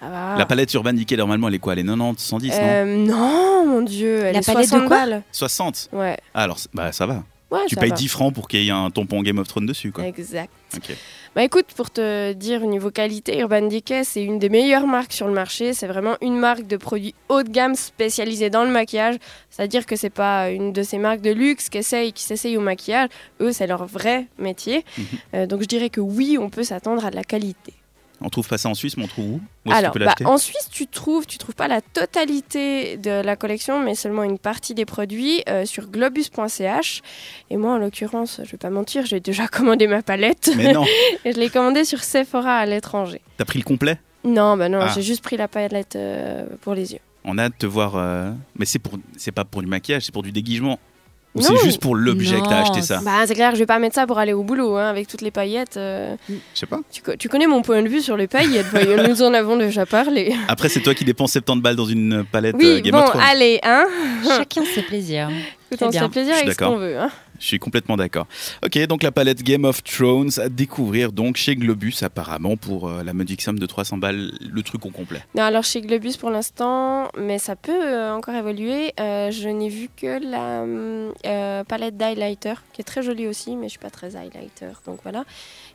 Speaker 3: Ça va.
Speaker 1: La palette urbaine Decay, normalement, elle est quoi Elle est 90, 110, non
Speaker 3: Ah. Euh, non, mon dieu, elle
Speaker 2: La
Speaker 3: est
Speaker 2: palette de
Speaker 3: 60
Speaker 2: quoi
Speaker 3: balles.
Speaker 1: 60
Speaker 3: Ouais,
Speaker 1: Ah, Alors, c'est- bah ça va.
Speaker 3: ouais,
Speaker 1: tu
Speaker 3: ça
Speaker 1: payes
Speaker 3: va.
Speaker 1: 10 francs pour qu'il y ait un tampon Game of Thrones dessus, quoi.
Speaker 3: Exact.
Speaker 1: Ok.
Speaker 3: Bah écoute, pour te dire au niveau qualité, Urban Decay, c'est une des meilleures marques sur le marché. C'est vraiment une marque de produits haut de gamme spécialisée dans le maquillage. C'est-à-dire que c'est pas une de ces marques de luxe qui essayent, qui s'essayent au maquillage. Eux, c'est leur vrai métier.
Speaker 1: Mhm.
Speaker 3: Euh, donc je dirais que oui, on peut s'attendre à de la qualité.
Speaker 1: On trouve pas ça en Suisse, mais on trouve où Où est-ce que
Speaker 3: Alors,
Speaker 1: tu peux
Speaker 3: bah,
Speaker 1: l'acheter
Speaker 3: en Suisse, tu trouves, tu trouves pas la totalité de la collection, mais seulement une partie des produits euh, sur globus.ch. Et moi, en l'occurrence, je vais pas mentir, j'ai déjà commandé ma palette
Speaker 1: Mais non,
Speaker 3: et je l'ai commandée sur Sephora à l'étranger.
Speaker 1: t'as pris le complet
Speaker 3: Non, bah non,
Speaker 1: Ah.
Speaker 3: j'ai juste pris la palette euh, pour les yeux.
Speaker 1: On a hâte de te voir. euh, Mais c'est pour, c'est pas pour du maquillage, c'est pour du déguisement. Ou
Speaker 3: Non.
Speaker 1: c'est juste pour l'objet que t'as
Speaker 2: Non,
Speaker 1: acheté ça
Speaker 3: Bah, c'est clair, je vais pas mettre ça pour aller au boulot, hein, avec toutes les paillettes. euh,
Speaker 1: Je sais pas.
Speaker 3: tu, co- tu connais mon point de vue sur les paillettes, voyons, nous en avons déjà parlé.
Speaker 1: Après, c'est toi qui dépenses 70 balles dans une palette euh,
Speaker 3: Oui,
Speaker 1: Game
Speaker 3: bon,
Speaker 1: of Thrones.
Speaker 3: allez, hein.
Speaker 2: Chacun ses plaisirs.
Speaker 3: Écoute,
Speaker 2: Très
Speaker 3: on se
Speaker 2: bien.
Speaker 3: fait plaisir
Speaker 1: Je suis
Speaker 3: avec ce
Speaker 1: d'accord.
Speaker 3: qu'on veut, hein.
Speaker 1: Je suis complètement d'accord. Ok, donc la palette Game of Thrones à découvrir donc chez Globus apparemment pour euh, la modique somme de 300 balles, le truc au complet.
Speaker 3: Non, alors chez Globus pour l'instant, mais ça peut euh, encore évoluer. euh, je n'ai vu que la hum, euh, palette d'highlighter, qui est très jolie aussi, mais je suis pas très highlighter, donc voilà.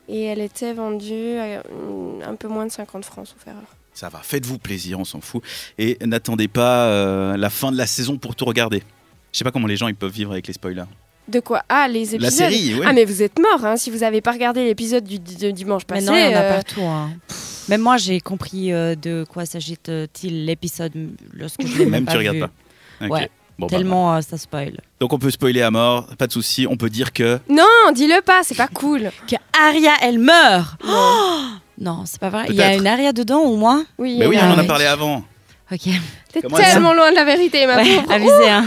Speaker 3: Et elle était vendue à hum, un peu moins de 50 francs, sauf erreur.
Speaker 1: Ça va, faites-vous plaisir, on s'en fout. Et n'attendez pas euh, la fin de la saison pour tout regarder. Je sais pas comment les gens ils peuvent vivre avec les spoilers.
Speaker 3: De quoi Ah, les épisodes
Speaker 1: La série, oui.
Speaker 3: Ah, mais vous êtes mort, hein, si vous avez pas regardé l'épisode du, du- du dimanche passé.
Speaker 2: Maintenant, il y en a
Speaker 3: euh,
Speaker 2: partout. hein. Même moi, j'ai compris euh, de quoi s'agit-il l'épisode lorsque je l'ai
Speaker 1: Même
Speaker 2: pas
Speaker 1: tu regardes
Speaker 2: vu.
Speaker 1: pas. Ok.
Speaker 2: Ouais,
Speaker 1: Bon, bah,
Speaker 2: Tellement euh, ça spoil.
Speaker 1: bah. donc on peut spoiler à mort, pas de souci. On peut dire que
Speaker 3: Non, dis-le pas, c'est pas cool.
Speaker 2: Que Aria, elle meurt
Speaker 3: Non.
Speaker 2: Non, c'est pas vrai. Il y a
Speaker 1: Peut-être.
Speaker 2: une Aria dedans au moins
Speaker 3: Oui, euh,
Speaker 1: Mais oui,
Speaker 2: y
Speaker 1: on
Speaker 2: en
Speaker 1: en a
Speaker 2: a.
Speaker 1: parlé avant.
Speaker 2: Ok.
Speaker 3: T'es
Speaker 1: Comment elle
Speaker 3: tellement loin de la vérité, ma
Speaker 2: Ouais,
Speaker 3: pauvre.
Speaker 2: avisé, hein.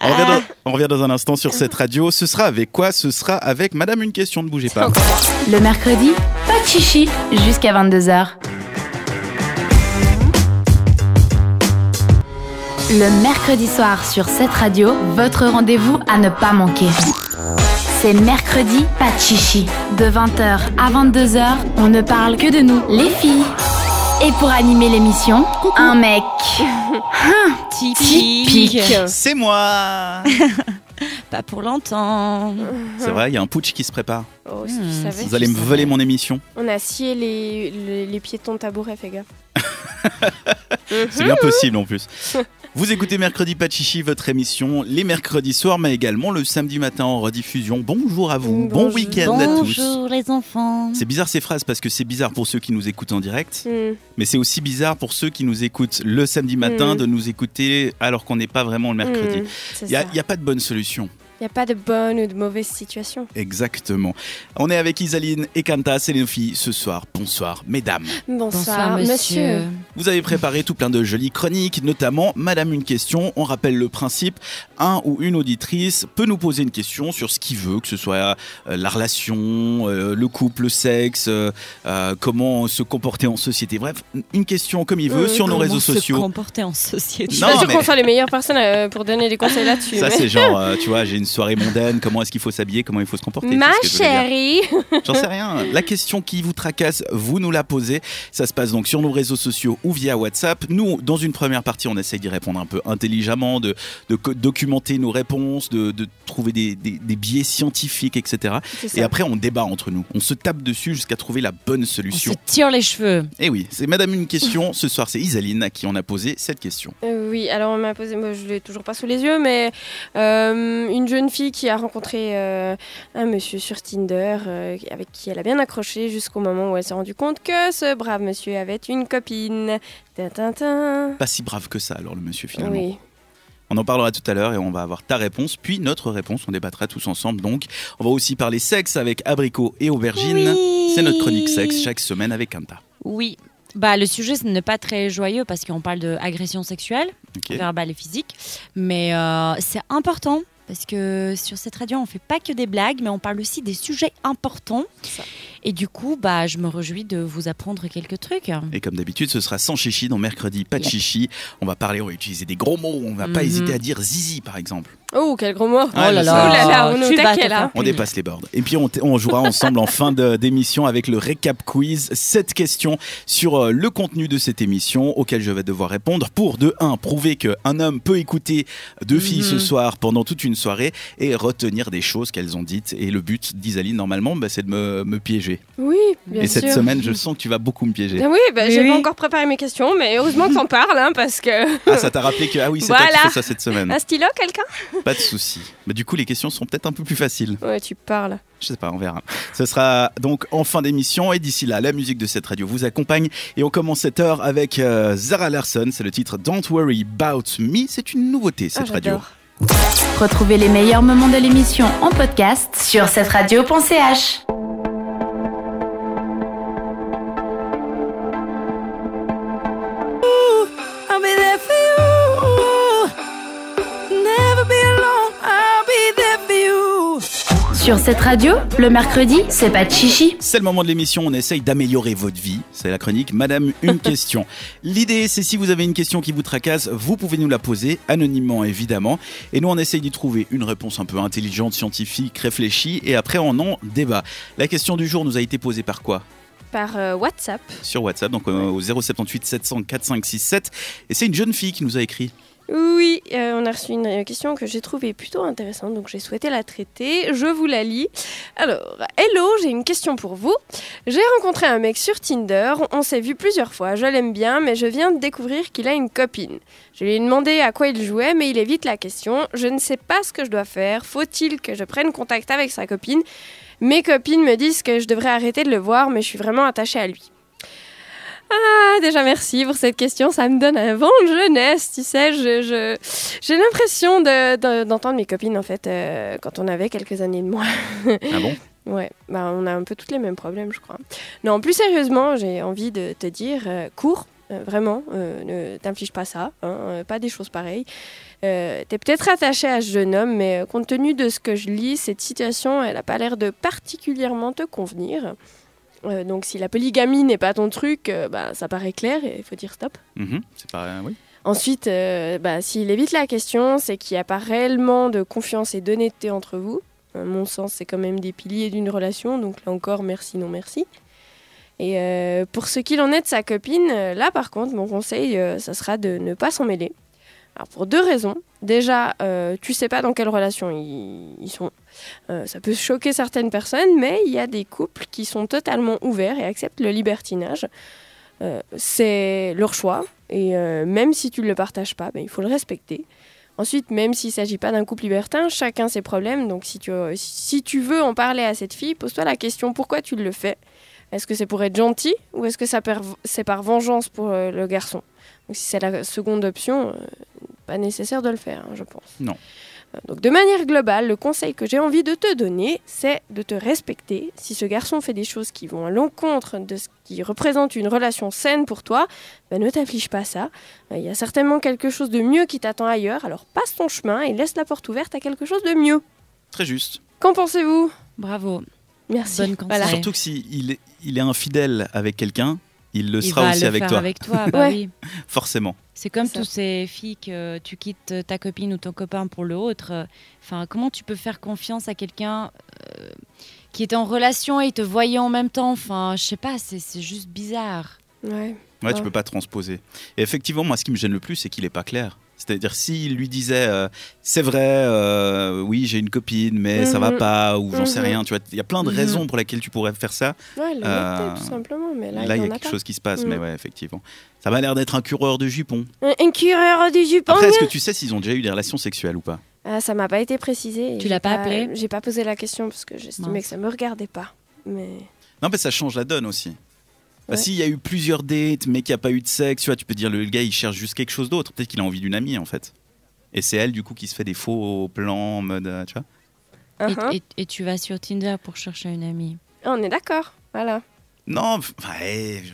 Speaker 1: On revient, dans, on revient dans un instant sur cette radio. Ce sera avec quoi Ce sera avec Madame une question, ne bougez pas.
Speaker 4: Le mercredi, pas de chichi jusqu'à 22h. Le mercredi soir sur cette radio, votre rendez-vous à ne pas manquer. C'est mercredi, pas de chichi. De 20h à 22h, on ne parle que de nous, les filles. Et pour animer l'émission, un mec.
Speaker 2: Typique.
Speaker 1: C'est moi
Speaker 2: Pas pour longtemps.
Speaker 1: C'est vrai, il y a un putsch qui se prépare.
Speaker 3: Oh, si tu
Speaker 2: Hmm,
Speaker 3: savais.
Speaker 1: Vous allez me voler mon émission.
Speaker 3: On a scié les, les, les piétons de tabouret, fais gaffe. Mhm.
Speaker 1: C'est bien possible en plus. Vous écoutez Mercredi Pas de Chichi, votre émission les mercredis soirs, mais également le samedi matin en rediffusion. Bonjour à vous, bon
Speaker 3: Bonjour.
Speaker 1: week-end à tous.
Speaker 2: Bonjour les enfants.
Speaker 1: C'est bizarre ces phrases parce que c'est bizarre pour ceux qui nous écoutent en direct,
Speaker 3: Hmm.
Speaker 1: mais c'est aussi bizarre pour ceux qui nous écoutent le samedi matin
Speaker 3: Mm.
Speaker 1: de nous écouter alors qu'on n'est pas vraiment le mercredi.
Speaker 3: Hmm, c'est
Speaker 1: Il n'y
Speaker 3: ça.
Speaker 1: a, y a pas de bonne solution.
Speaker 3: Il n'y a pas de bonne ou de mauvaise situation.
Speaker 1: Exactement. On est avec Isaline et Kanta, c'est nos filles ce soir. Bonsoir, mesdames.
Speaker 3: Bonsoir, monsieur.
Speaker 1: Vous avez préparé tout plein de jolies chroniques, notamment Madame une question. On rappelle le principe, un ou une auditrice peut nous poser une question sur ce qu'il veut, que ce soit euh, la relation, euh, le couple, le sexe, euh, euh, comment se comporter en société. Bref, une question comme il veut
Speaker 3: Euh,
Speaker 1: sur nos
Speaker 2: Comment
Speaker 1: réseaux
Speaker 2: se
Speaker 1: sociaux.
Speaker 2: comporter en société.
Speaker 3: Je suis
Speaker 1: Non,
Speaker 3: pas sûre
Speaker 1: mais-
Speaker 3: qu'on soit les meilleures personnes euh, pour donner des conseils là-dessus.
Speaker 1: Ça
Speaker 3: mais-
Speaker 1: c'est genre, euh, tu vois, j'ai une soirée mondaine, comment est-ce qu'il faut s'habiller, comment il faut se comporter. c'est
Speaker 3: Ma
Speaker 1: ce que je veux dire.
Speaker 3: chérie
Speaker 1: J'en sais rien. La question qui vous tracasse, vous nous la posez. Ça se passe donc sur nos réseaux sociaux ou via WhatsApp. Nous, dans une première partie, on essaye d'y répondre un peu intelligemment, de, de co- documenter nos réponses, de, de trouver des, des- des biais scientifiques, etc.
Speaker 3: C'est ça.
Speaker 1: Et après, on débat entre nous. On se tape dessus jusqu'à trouver la bonne
Speaker 2: On se
Speaker 1: solution.
Speaker 2: tire les cheveux.
Speaker 1: Et oui, c'est Madame une question. Ce soir, c'est Isaline à qui on a posé cette question.
Speaker 3: Euh, oui, alors on m'a posé, moi je l'ai toujours pas sous les yeux, mais euh, une jeune fille qui a rencontré euh, un monsieur sur Tinder euh, avec qui elle a bien accroché jusqu'au moment où elle s'est rendue compte que ce brave monsieur avait une copine. Tintintin.
Speaker 1: Pas si brave que ça, alors le monsieur finalement.
Speaker 3: Oui.
Speaker 1: On en parlera tout à l'heure et on va avoir ta réponse, puis notre réponse. On débattra tous ensemble donc. On va aussi parler sexe avec abricot et aubergine.
Speaker 2: Oui.
Speaker 1: C'est notre chronique sexe chaque semaine avec Kanta.
Speaker 2: Oui. Bah, le sujet, ce n'est pas très joyeux parce qu'on parle d'agression sexuelle,
Speaker 1: Ok.
Speaker 2: verbale et physique. Mais euh, c'est important parce que sur cette radio, on fait pas que des blagues, mais on parle aussi des sujets importants.
Speaker 3: C'est ça.
Speaker 2: Et du coup, bah, je me réjouis de vous apprendre quelques trucs.
Speaker 1: Et comme d'habitude, ce sera sans chichi dans mercredi, pas de
Speaker 2: Yep.
Speaker 1: chichi. On va parler, on va utiliser des gros mots, on va pas
Speaker 2: Mhm.
Speaker 1: hésiter à dire zizi par exemple.
Speaker 3: Oh, quel gros mot
Speaker 1: Oh là là.
Speaker 3: Oh là là, on est au
Speaker 2: Ah, Tu vas te
Speaker 3: taquet, là.
Speaker 2: faire
Speaker 1: On
Speaker 2: punir.
Speaker 1: dépasse les bords. Et puis on, t- on jouera ensemble en fin de- d'émission avec le récap quiz. Sept questions sur euh, le contenu de cette émission auxquelles je vais devoir répondre pour de 1 prouver qu'un homme peut écouter deux filles ce
Speaker 2: Mhm.
Speaker 1: soir pendant toute une soirée et retenir des choses qu'elles ont dites. Et le but d'Isaline normalement, bah, c'est de me, me piéger.
Speaker 3: Oui, bien
Speaker 1: et
Speaker 3: sûr.
Speaker 1: cette semaine, je sens que tu vas beaucoup me piéger.
Speaker 3: Ah oui, bah,
Speaker 2: Oui,
Speaker 3: j'ai
Speaker 2: oui.
Speaker 3: pas encore préparé mes questions, mais heureusement que t'en parles, hein, parce que.
Speaker 1: Ah, ça t'a rappelé que ah oui, c'est toi
Speaker 3: Voilà.
Speaker 1: qui fais ça cette semaine.
Speaker 3: Un stylo, quelqu'un
Speaker 1: Pas de souci. Mais du coup, les questions sont peut-être un peu plus faciles.
Speaker 3: Ouais, tu parles.
Speaker 1: Je sais pas, on verra. Ce sera donc en fin d'émission et d'ici là, la musique de cette radio vous accompagne et on commence cette heure avec euh, Zara Larson, c'est le titre Don't Worry About Me, c'est une nouveauté cette
Speaker 3: Ah,
Speaker 1: radio.
Speaker 3: j'adore.
Speaker 4: Retrouvez les meilleurs moments de l'émission en podcast sur cette radio.ch.
Speaker 6: I'll be there for you. Never be alone. I'll be there for you.
Speaker 4: Sur cette radio, le mercredi, c'est pas de chichi.
Speaker 1: C'est le moment de l'émission, on essaye d'améliorer votre vie. C'est la chronique Madame une question. L'idée, c'est si vous avez une question qui vous tracasse, vous pouvez nous la poser, anonymement évidemment. Et nous, on essaye d'y trouver une réponse un peu intelligente, scientifique, réfléchie, et après, on en débat. La question du jour nous a été posée par quoi
Speaker 3: Par euh, WhatsApp.
Speaker 1: sur WhatsApp, donc euh, au 078 700 4567. Et c'est une jeune fille qui nous a écrit.
Speaker 3: Oui, euh, on a reçu une euh, question que j'ai trouvée plutôt intéressante, donc j'ai souhaité la traiter. Je vous la lis. Alors, hello, j'ai une question pour vous. J'ai rencontré un mec sur Tinder, on s'est vu plusieurs fois, je l'aime bien, mais je viens de découvrir qu'il a une copine. Je lui ai demandé à quoi il jouait, mais il évite la question. Je ne sais pas ce que je dois faire. Faut-il que je prenne contact avec sa copine Mes copines me disent que je devrais arrêter de le voir, mais je suis vraiment attachée à lui. Ah, déjà merci pour cette question, ça me donne un vent de jeunesse, tu sais, je, je- j'ai l'impression de- de- d'entendre mes copines en fait euh, quand on avait quelques années de moins.
Speaker 1: Ah bon
Speaker 3: Ouais, bah on a un peu toutes les mêmes problèmes je crois. Non, plus sérieusement, j'ai envie de te dire, euh, cours, euh, vraiment, euh, ne t'inflige pas ça, hein, euh, pas des choses pareilles. Euh, T'es peut-être attaché à ce jeune homme, mais euh, compte tenu de ce que je lis, cette situation, elle n'a pas l'air de particulièrement te convenir. Euh, donc si la polygamie n'est pas ton truc, euh, bah, ça paraît clair et il faut dire stop.
Speaker 1: Mhm, C'est pas. Oui.
Speaker 3: Ensuite, euh, bah, s'il évite la question, c'est qu'il n'y a pas réellement de confiance et d'honnêteté entre vous. À mon sens, c'est quand même des piliers d'une relation, donc là encore, merci, non merci. Et euh, pour ce qu'il en est de sa copine, euh, là par contre, mon conseil, euh, ça sera de ne pas s'en mêler. Alors pour deux raisons. Déjà, euh, tu sais pas dans quelle relation ils, ils sont. Euh, ça peut choquer certaines personnes, mais il y a des couples qui sont totalement ouverts et acceptent le libertinage. Euh, c'est leur choix. Et euh, même si tu ne le partages pas, ben, il faut le respecter. Ensuite, même s'il ne s'agit pas d'un couple libertin, chacun ses problèmes. Donc si tu, euh, si tu veux en parler à cette fille, pose-toi la question pourquoi tu le fais Est-ce que c'est pour être gentil ou est-ce que ça per- c'est par vengeance pour euh, le garçon Donc si c'est la seconde option, euh, pas nécessaire de le faire, hein, je pense.
Speaker 1: Non.
Speaker 3: Euh, Donc de manière globale, le conseil que j'ai envie de te donner, c'est de te respecter. Si ce garçon fait des choses qui vont à l'encontre de ce qui représente une relation saine pour toi, ben, ne t'afflige pas ça. Euh, Il y a certainement quelque chose de mieux qui t'attend ailleurs, alors passe ton chemin et laisse la porte ouverte à quelque chose de mieux.
Speaker 1: Très juste.
Speaker 3: Qu'en pensez-vous
Speaker 2: Bravo.
Speaker 3: Merci.
Speaker 2: Bonne
Speaker 3: Voilà.
Speaker 2: conseil.
Speaker 1: Surtout que s'il il est, il est infidèle avec quelqu'un, il le
Speaker 2: Il
Speaker 1: sera
Speaker 2: va
Speaker 1: aussi
Speaker 2: bah, le
Speaker 1: avec
Speaker 2: faire
Speaker 1: toi.
Speaker 2: Avec toi, bah
Speaker 3: Ouais.
Speaker 2: oui.
Speaker 1: Forcément.
Speaker 2: C'est comme
Speaker 3: C'est ça.
Speaker 2: toutes ces filles que tu quittes ta copine ou ton copain pour l'autre. Enfin, comment tu peux faire confiance à quelqu'un euh, qui était en relation et te voyait en même temps Enfin, je sais pas, c'est c'est juste bizarre.
Speaker 3: Ouais.
Speaker 1: Ouais, tu
Speaker 3: Ouais.
Speaker 1: peux pas transposer. Et effectivement, moi, ce qui me gêne le plus, c'est qu'il est pas clair. C'est-à-dire, s'il lui disait, euh, c'est vrai, euh, oui, j'ai une copine, mais ça va
Speaker 3: Mhm.
Speaker 1: pas, ou j'en sais
Speaker 3: Mhm.
Speaker 1: rien, tu vois, il y a plein de
Speaker 2: Mhm.
Speaker 1: raisons pour lesquelles tu pourrais faire ça.
Speaker 3: Ouais, le
Speaker 1: Euh,
Speaker 3: noter, tout simplement. Mais là,
Speaker 1: Là, il y
Speaker 3: en
Speaker 1: a quelque
Speaker 3: pas.
Speaker 1: chose qui se passe,
Speaker 3: Mhm.
Speaker 1: mais ouais, effectivement. Ça m'a l'air d'être un cureur de jupons.
Speaker 3: Un, un cureur du jupon.
Speaker 1: Après, est-ce que tu sais s'ils ont déjà eu des relations sexuelles ou pas
Speaker 3: Ah, ça m'a pas été précisé. et
Speaker 2: Tu l'as
Speaker 3: j'ai
Speaker 2: pas appelé
Speaker 3: J'ai pas posé la question parce que j'estimais
Speaker 2: Mince.
Speaker 3: que ça me regardait pas. Mais
Speaker 1: Non, mais ça change la donne aussi. Bah,
Speaker 3: Ouais.
Speaker 1: S'il y a eu plusieurs dates, mais qu'il n'y a pas eu de sexe, tu vois, tu peux dire le gars il cherche juste quelque chose d'autre. Peut-être qu'il a envie d'une amie en fait. Et c'est elle du coup qui se fait des faux plans en mode, euh, tu vois.
Speaker 2: Et-
Speaker 3: Uh-huh. Ah,
Speaker 2: Et, et tu vas sur Tinder pour chercher une amie.
Speaker 3: on est d'accord. Voilà.
Speaker 1: Non, pff, ouais, je-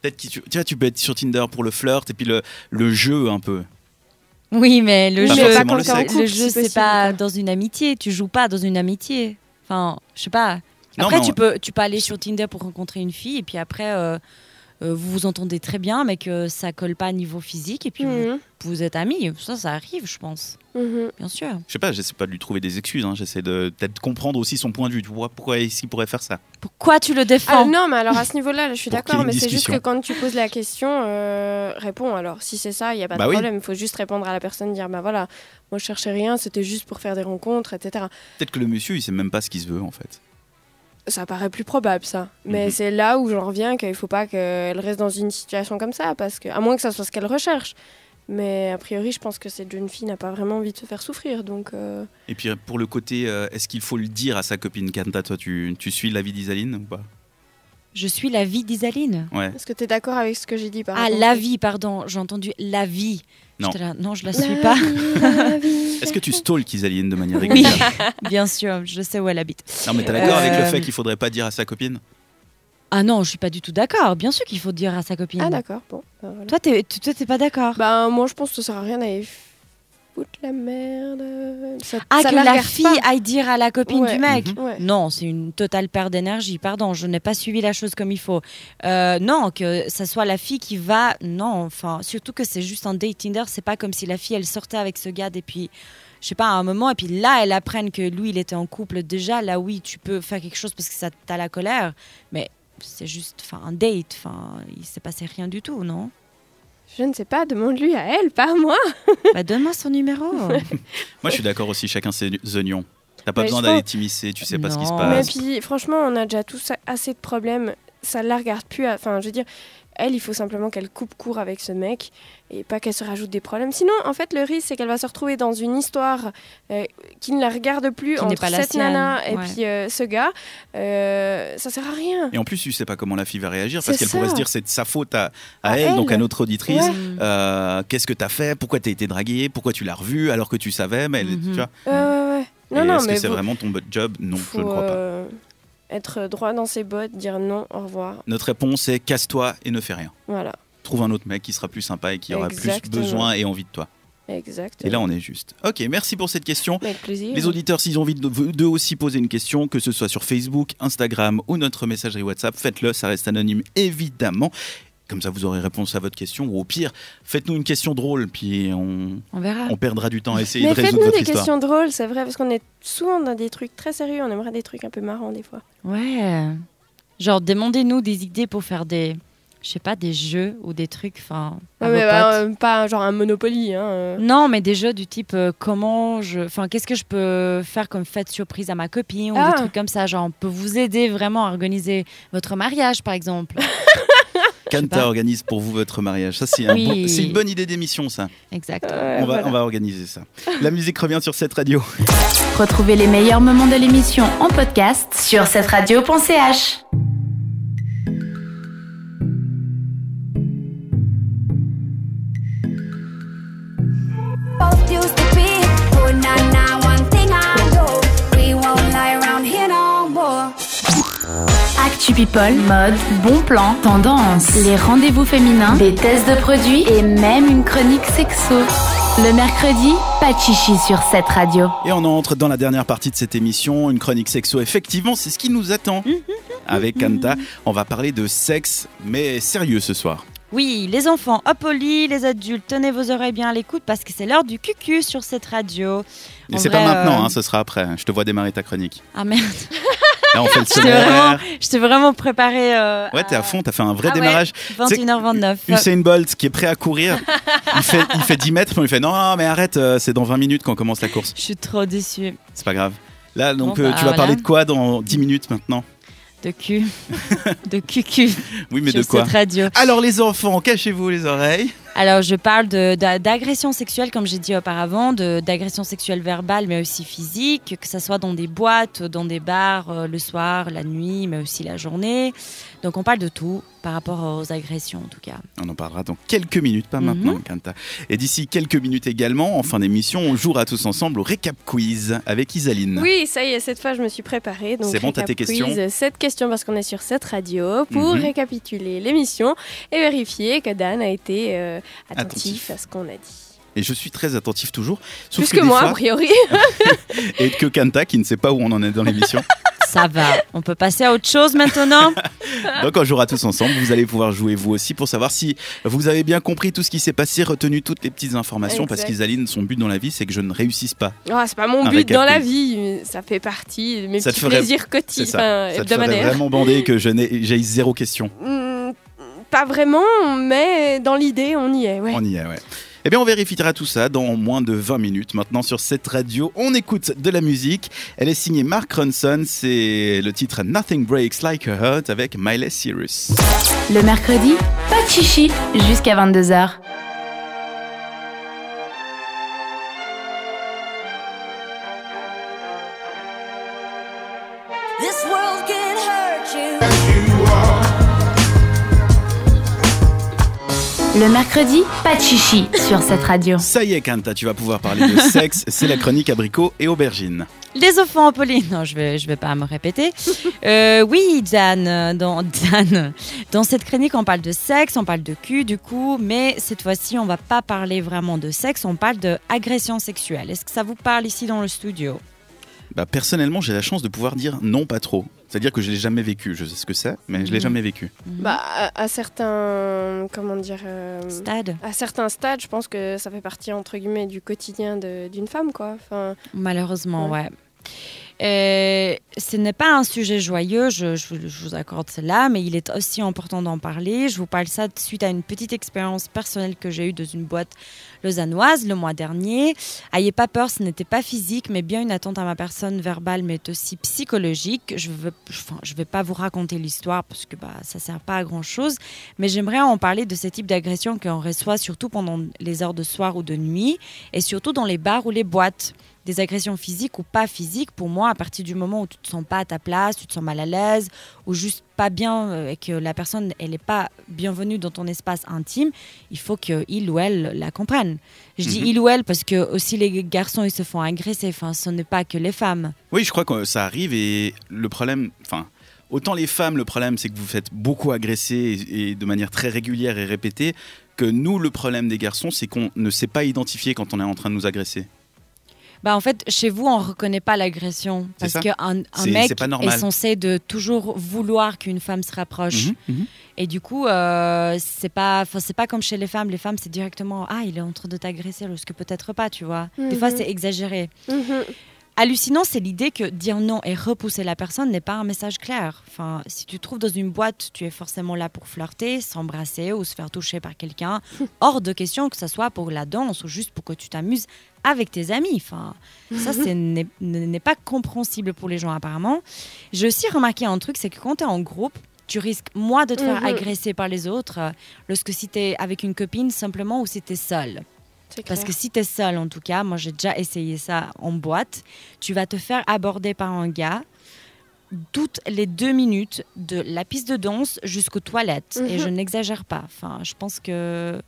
Speaker 1: peut-être que tu, tu vois, tu peux être sur Tinder pour le flirt et puis le, le jeu un peu.
Speaker 2: Oui, mais le
Speaker 1: Pas
Speaker 2: jeu,
Speaker 1: forcément le sexe.
Speaker 2: le jeu,
Speaker 3: Si
Speaker 2: c'est
Speaker 3: possible,
Speaker 2: pas
Speaker 3: quoi.
Speaker 2: dans une amitié. Tu joues pas dans une amitié. Enfin, je sais pas.
Speaker 1: Non,
Speaker 2: Après,
Speaker 1: mais
Speaker 2: tu
Speaker 1: on-
Speaker 2: peux, tu peux aller sur Tinder pour rencontrer une fille et puis après, euh, euh, vous vous entendez très bien, mais que ça colle pas à niveau physique et puis vous
Speaker 3: Mhm.
Speaker 2: vous êtes amis. Ça, ça arrive, je pense.
Speaker 3: Mhm.
Speaker 2: Bien sûr.
Speaker 1: Je sais pas, j'essaie pas de lui trouver des excuses, hein, j'essaie de peut-être comprendre aussi son point de vue. Tu vois pourquoi est-ce qu'il pourrait faire ça
Speaker 2: Pourquoi tu le
Speaker 3: Ah,
Speaker 2: défends
Speaker 3: non, mais alors à ce niveau-là, là, je suis
Speaker 1: Pour qu'il y
Speaker 3: d'accord,
Speaker 1: ait
Speaker 3: mais
Speaker 1: une
Speaker 3: c'est juste
Speaker 1: discussion.
Speaker 3: que quand tu poses la question, euh, réponds. Alors, si c'est ça, il n'y a pas
Speaker 1: Bah
Speaker 3: de
Speaker 1: oui.
Speaker 3: problème. Il faut juste répondre à la personne, dire bah voilà, moi je cherchais rien, c'était juste pour faire des rencontres, etc.
Speaker 1: Peut-être que le monsieur il sait même pas ce qu'il se veut en fait.
Speaker 3: Ça paraît plus probable, ça. Mais
Speaker 1: Mhm.
Speaker 3: c'est là où j'en reviens qu'il faut pas qu'elle reste dans une situation comme ça, parce que, à moins que ça soit ce qu'elle recherche. Mais a priori, je pense que cette jeune fille n'a pas vraiment envie de se faire souffrir, donc. euh,
Speaker 1: Et puis pour le côté, euh, est-ce qu'il faut le dire à sa copine Kanta Toi, tu, tu suis l'avis d'Isaline ou pas
Speaker 2: Je suis la vie d'Isaline.
Speaker 1: Ouais.
Speaker 3: Est-ce que tu es d'accord avec ce que j'ai dit par
Speaker 2: Ah,
Speaker 3: rapport-
Speaker 2: la vie, pardon. J'ai entendu la vie.
Speaker 1: Non.
Speaker 2: J'étais là, non, je la
Speaker 3: La
Speaker 2: suis pas.
Speaker 3: vie, la vie.
Speaker 1: Est-ce que tu stalks Isaline de manière
Speaker 2: Oui,
Speaker 1: régulière
Speaker 2: bien sûr. Je sais où elle habite.
Speaker 1: Non, mais t'es d'accord
Speaker 2: Euh,
Speaker 1: avec le fait qu'il faudrait pas dire à sa copine
Speaker 2: Ah non, je suis pas du tout d'accord. Bien sûr qu'il faut dire à sa copine.
Speaker 3: Ah, d'accord, bon. bah, voilà.
Speaker 2: Toi, t'es, tu- toi, t'es pas d'accord.
Speaker 3: Bah, moi, je pense que ça sert à rien d'aller foutre la merde. Ça,
Speaker 2: ah,
Speaker 3: ça
Speaker 2: que la
Speaker 3: regarde
Speaker 2: fille
Speaker 3: pas.
Speaker 2: aille dire à la copine
Speaker 3: Ouais.
Speaker 2: du mec.
Speaker 1: Mhm.
Speaker 3: Ouais.
Speaker 2: Non, c'est une totale perte d'énergie. Pardon, je n'ai pas suivi la chose comme il faut. Euh, non, que ça soit la fille qui va. Non, enfin, surtout que c'est juste un date Tinder. C'est pas comme si la fille elle sortait avec ce gars depuis, je sais pas, un moment. Et puis là, elle apprenne que lui, il était en couple déjà. Là, oui, tu peux faire quelque chose parce que ça t'a la colère. Mais c'est juste, enfin, un date. Enfin, il s'est passé rien du tout, non
Speaker 3: Je ne sais pas, demande-lui à elle, pas à moi.
Speaker 2: Bah donne-moi son numéro.
Speaker 1: Moi, je suis d'accord aussi, chacun ses oignons. T'as pas
Speaker 3: Mais
Speaker 1: besoin
Speaker 3: je
Speaker 1: d'aller
Speaker 3: pense-
Speaker 1: t'immiscer, tu sais pas ce qui se
Speaker 2: Non.
Speaker 3: Mais
Speaker 1: passe.
Speaker 3: puis, franchement, on a déjà tous assez de problèmes. Ça la regarde plus. à- Enfin, je veux dire, elle, il faut simplement qu'elle coupe court avec ce mec et pas qu'elle se rajoute des problèmes. Sinon, en fait, le risque, c'est qu'elle va se retrouver dans une histoire euh, qui ne la regarde plus
Speaker 2: Qui n'est
Speaker 3: entre
Speaker 2: pas la
Speaker 3: cette
Speaker 2: sienne,
Speaker 3: nana et
Speaker 2: ouais.
Speaker 3: puis euh, ce gars. Euh, ça sert à rien.
Speaker 1: Et en plus, tu sais pas comment la fille va réagir parce
Speaker 3: C'est
Speaker 1: qu'elle pourrait
Speaker 3: ça.
Speaker 1: se dire c'est de sa faute à, à
Speaker 3: À
Speaker 1: elle,
Speaker 3: elle.
Speaker 1: donc à notre auditrice.
Speaker 3: Ouais.
Speaker 2: Mm.
Speaker 1: Euh, Qu'est-ce que t'as fait Pourquoi t'as été draguée Pourquoi tu l'as revue alors que tu savais mais elle-
Speaker 2: Mhm.
Speaker 1: tu vois
Speaker 3: Ouais, ouais, ouais. Non,
Speaker 1: Et
Speaker 3: non,
Speaker 1: Est-ce
Speaker 3: mais
Speaker 1: que c'est
Speaker 3: vous-
Speaker 1: vraiment ton job Non,
Speaker 3: faut,
Speaker 1: je ne crois pas.
Speaker 3: euh, être droit dans ses bottes, dire non, au revoir.
Speaker 1: Notre réponse est casse-toi et ne fais rien.
Speaker 3: Voilà,
Speaker 1: Trouve un autre mec qui sera plus sympa et qui aura plus
Speaker 3: Exactement.
Speaker 1: besoin et envie de toi.
Speaker 3: exact.
Speaker 1: Et là, on est juste. Ok, merci pour cette question.
Speaker 3: Avec plaisir.
Speaker 1: Les auditeurs, s'ils ont envie de- d'eux aussi poser une question, que ce soit sur Facebook, Instagram ou notre messagerie WhatsApp, faites-le, ça reste anonyme évidemment. Comme ça, vous aurez réponse à votre question. Ou au pire, faites-nous une question drôle, puis on,
Speaker 2: On verra.
Speaker 1: on perdra du temps à essayer
Speaker 3: Ah. Mais
Speaker 1: de résoudre
Speaker 3: faites-nous
Speaker 1: votre
Speaker 3: des
Speaker 1: histoire.
Speaker 3: questions drôles, c'est vrai, parce qu'on est souvent dans des trucs très sérieux, on aimerait des trucs un peu marrants des fois.
Speaker 2: Ouais. Genre, demandez-nous des idées pour faire des, je sais pas, des jeux ou des trucs. Enfin, à
Speaker 3: Ouais,
Speaker 2: vos
Speaker 3: mais bah,
Speaker 2: potes.
Speaker 3: euh, pas genre un Monopoly. Hein, euh.
Speaker 2: Non, mais des jeux du type euh, comment je, enfin, qu'est-ce que je peux faire comme fête surprise à ma copine ou
Speaker 3: Ah.
Speaker 2: des trucs comme ça. Genre, on peut vous aider vraiment à organiser votre mariage, par exemple.
Speaker 1: Kanta organise pour vous votre mariage. Ça, c'est un
Speaker 2: Oui.
Speaker 1: bon- c'est une bonne idée d'émission, ça.
Speaker 2: Exact.
Speaker 3: Ouais,
Speaker 1: on, va,
Speaker 3: Euh, voilà.
Speaker 1: on va organiser ça. La musique revient sur cette radio.
Speaker 4: Retrouvez les meilleurs moments de l'émission en podcast sur cette radio.ch.
Speaker 5: Both used to be Oh, na na, one thing I know. We won't lie around here no more.
Speaker 4: Actu People, mode, bon plan, tendance, les rendez-vous féminins, des tests de produits et même une chronique sexo. Le mercredi, pas de chichi sur cette radio.
Speaker 1: Et on entre dans la dernière partie de cette émission, une chronique sexo. Effectivement, c'est ce qui nous attend. Avec Kanta, on va parler de sexe, mais sérieux ce soir.
Speaker 2: Oui, les enfants, hop au lit, les adultes, tenez vos oreilles bien à l'écoute parce que c'est l'heure du cucu sur cette radio.
Speaker 1: Et
Speaker 2: En
Speaker 1: c'est
Speaker 2: vrai,
Speaker 1: pas maintenant,
Speaker 2: euh,
Speaker 1: hein, ce sera après. Je te vois démarrer ta chronique.
Speaker 2: Ah merde,
Speaker 1: Là, on fait le
Speaker 2: t'ai
Speaker 1: sommaire.
Speaker 2: je t'ai vraiment préparé. euh,
Speaker 1: Ouais, t'es à fond, t'as fait un vrai
Speaker 2: Ah ouais.
Speaker 1: démarrage. C'est-
Speaker 2: 21h29.
Speaker 1: Usain Bolt qui est prêt à courir, il fait, il fait 10 mètres, puis il fait non, non, mais arrête, euh, c'est dans 20 minutes qu'on commence la course.
Speaker 2: Je suis trop déçue.
Speaker 1: C'est pas grave. Là, donc,
Speaker 2: Bon,
Speaker 1: euh,
Speaker 2: bah,
Speaker 1: tu vas
Speaker 2: voilà.
Speaker 1: parler de quoi dans 10 minutes maintenant
Speaker 2: De cul. de cucu
Speaker 1: Oui, mais
Speaker 2: sur
Speaker 1: de quoi
Speaker 2: cette radio.
Speaker 1: Alors, les enfants, cachez-vous les oreilles.
Speaker 2: Alors, je parle de- d'a- d'agression sexuelle, comme j'ai dit auparavant, de- d'agression sexuelle verbale, mais aussi physique, que ce soit dans des boîtes, dans des bars, euh, le soir, la nuit, mais aussi la journée. Donc, on parle de tout par rapport aux agressions, en tout cas.
Speaker 1: On en parlera dans quelques minutes, pas
Speaker 2: Mhm.
Speaker 1: maintenant, Quinta. Et d'ici quelques minutes également, en fin d'émission, on jouera tous ensemble au récap quiz avec Isaline.
Speaker 3: Oui, ça y est, cette fois je me suis préparée. donc
Speaker 1: C'est bon, t'as
Speaker 3: récap
Speaker 1: tes questions
Speaker 3: quiz, Cette question parce qu'on est sur cette radio pour
Speaker 1: Mhm.
Speaker 3: récapituler l'émission et vérifier que Dan a été euh,
Speaker 1: Attentif.
Speaker 3: attentif, à ce qu'on a dit.
Speaker 1: Et je suis très attentif toujours, sauf
Speaker 3: Plus
Speaker 1: que,
Speaker 3: que
Speaker 1: des
Speaker 3: moi,
Speaker 1: fois-
Speaker 3: a priori.
Speaker 1: et que Quinta qui ne sait pas où on en est dans l'émission.
Speaker 2: Ça va. On peut passer à autre chose maintenant
Speaker 1: Donc on jouera tous ensemble, vous allez pouvoir jouer vous aussi pour savoir si vous avez bien compris tout ce qui s'est passé, retenu toutes les petites informations,
Speaker 3: Exact.
Speaker 1: parce qu'Isaline, son but dans la vie, c'est que je ne réussisse pas.
Speaker 3: Ah, c'est pas mon
Speaker 1: Un
Speaker 3: but dans la
Speaker 1: récap,
Speaker 3: vie, mais ça fait partie de mes
Speaker 1: Ça te
Speaker 3: petits
Speaker 1: ferait-
Speaker 3: plaisirs
Speaker 1: C'est
Speaker 3: quotidiens,
Speaker 1: ça.
Speaker 3: enfin,
Speaker 1: Ça te ferait
Speaker 3: hebdomadaires.
Speaker 1: vraiment bander que je n'ai- j'aille zéro question.
Speaker 3: Hmm, pas vraiment, mais dans l'idée, on y est. Ouais.
Speaker 1: On y est, ouais. Eh bien, on vérifiera tout ça dans moins de 20 minutes. Maintenant, sur cette radio, on écoute de la musique. Elle est signée Mark Ronson. C'est le titre Nothing Breaks Like a Heart avec Miley Cyrus.
Speaker 4: Le mercredi, pas de chichi jusqu'à 22h.
Speaker 5: This world can hurt you.
Speaker 4: Le mercredi, pas de chichi sur cette radio.
Speaker 1: Ça y est, Kanta, tu vas pouvoir parler de sexe. C'est la chronique abricot et aubergine.
Speaker 2: Les enfants, Pauline. Non, je vais, je vais pas me répéter. Euh, oui, Dan, euh, dans Dan, dans cette chronique, on parle de sexe, on parle de cul, du coup, mais cette fois-ci, on va pas parler vraiment de sexe, on parle de agression sexuelle. Est-ce que ça vous parle ici dans le studio
Speaker 1: Bah, personnellement, j'ai la chance de pouvoir dire non, pas trop. C'est-à-dire que je l'ai jamais vécu. Je sais ce que c'est, mais je l'ai
Speaker 2: Mhm.
Speaker 1: jamais vécu.
Speaker 3: Bah, à, à certains, comment dire, euh,
Speaker 2: Stade,
Speaker 3: à certains stades, je pense que ça fait partie entre guillemets du quotidien de- d'une femme, quoi. Enfin,
Speaker 2: malheureusement, ouais. Euh, ce n'est pas un sujet joyeux, je, je vous- je vous accorde cela, mais il est aussi important d'en parler. Je vous parle ça suite à une petite expérience personnelle que j'ai eue dans une boîte lausannoise le mois dernier. Ayez pas peur, ce n'était pas physique, mais bien une attente à ma personne verbale, mais aussi psychologique. Je veux, enfin, je vais pas vous raconter l'histoire parce que bah, ça sert pas à grand chose, mais j'aimerais en parler de ce type d'agression qu'on reçoit surtout pendant les heures de soir ou de nuit, et surtout dans les bars ou les boîtes. Des agressions physiques ou pas physiques, pour moi, à partir du moment où tu te sens pas à ta place, tu te sens mal à l'aise, ou juste pas bien, euh, et que la personne, elle n'est pas bienvenue dans ton espace intime, il faut qu'il ou elle la comprenne. Je dis
Speaker 1: Mhm.
Speaker 2: il ou elle parce que aussi les garçons ils se font agresser. Enfin, ce n'est pas que les femmes.
Speaker 1: Oui, je crois que ça arrive et le problème, enfin, autant les femmes, le problème, c'est que vous faites beaucoup agresser et, et de manière très régulière et répétée, que nous, le problème des garçons, c'est qu'on ne sait pas identifier quand on est en train de nous agresser.
Speaker 2: Bah en fait, chez vous, on reconnaît pas l'agression
Speaker 1: C'est
Speaker 2: parce
Speaker 1: ça.
Speaker 2: qu'un un
Speaker 1: C'est-
Speaker 2: mec
Speaker 1: c'est pas normal.
Speaker 2: est censé de toujours vouloir qu'une femme se rapproche.
Speaker 1: Mhm, mhm.
Speaker 2: Et du coup, euh, c'est pas, enfin, c'est pas comme chez les femmes. Les femmes, c'est directement ah il est en train de t'agresser, alors que peut-être pas, tu vois. Des fois,
Speaker 3: Mhm.
Speaker 2: c'est exagéré.
Speaker 3: mhm.
Speaker 2: Hallucinant, c'est l'idée que dire non et repousser la personne n'est pas un message clair. Enfin, si tu te trouves dans une boîte, tu es forcément là pour flirter, s'embrasser ou se faire toucher par quelqu'un. Hors de question que ça soit pour la danse ou juste pour que tu t'amuses avec tes amis. Enfin, ça c'est-
Speaker 3: Mhm.
Speaker 2: n'est n'est pas compréhensible pour les gens apparemment. J'ai aussi remarqué un truc, c'est que quand tu es en groupe, tu risques moins de te faire
Speaker 3: Mhm.
Speaker 2: agresser par les autres euh, lorsque si tu es avec une copine simplement ou si tu es seule.
Speaker 3: c'est
Speaker 2: Parce que
Speaker 3: clair.
Speaker 2: si tu es seule, en tout cas, moi j'ai déjà essayé ça en boîte, tu vas te faire aborder par un gars toutes les deux minutes de la piste de danse jusqu'aux toilettes. Et
Speaker 3: Mhm.
Speaker 2: je n'exagère pas. Enfin, je pense que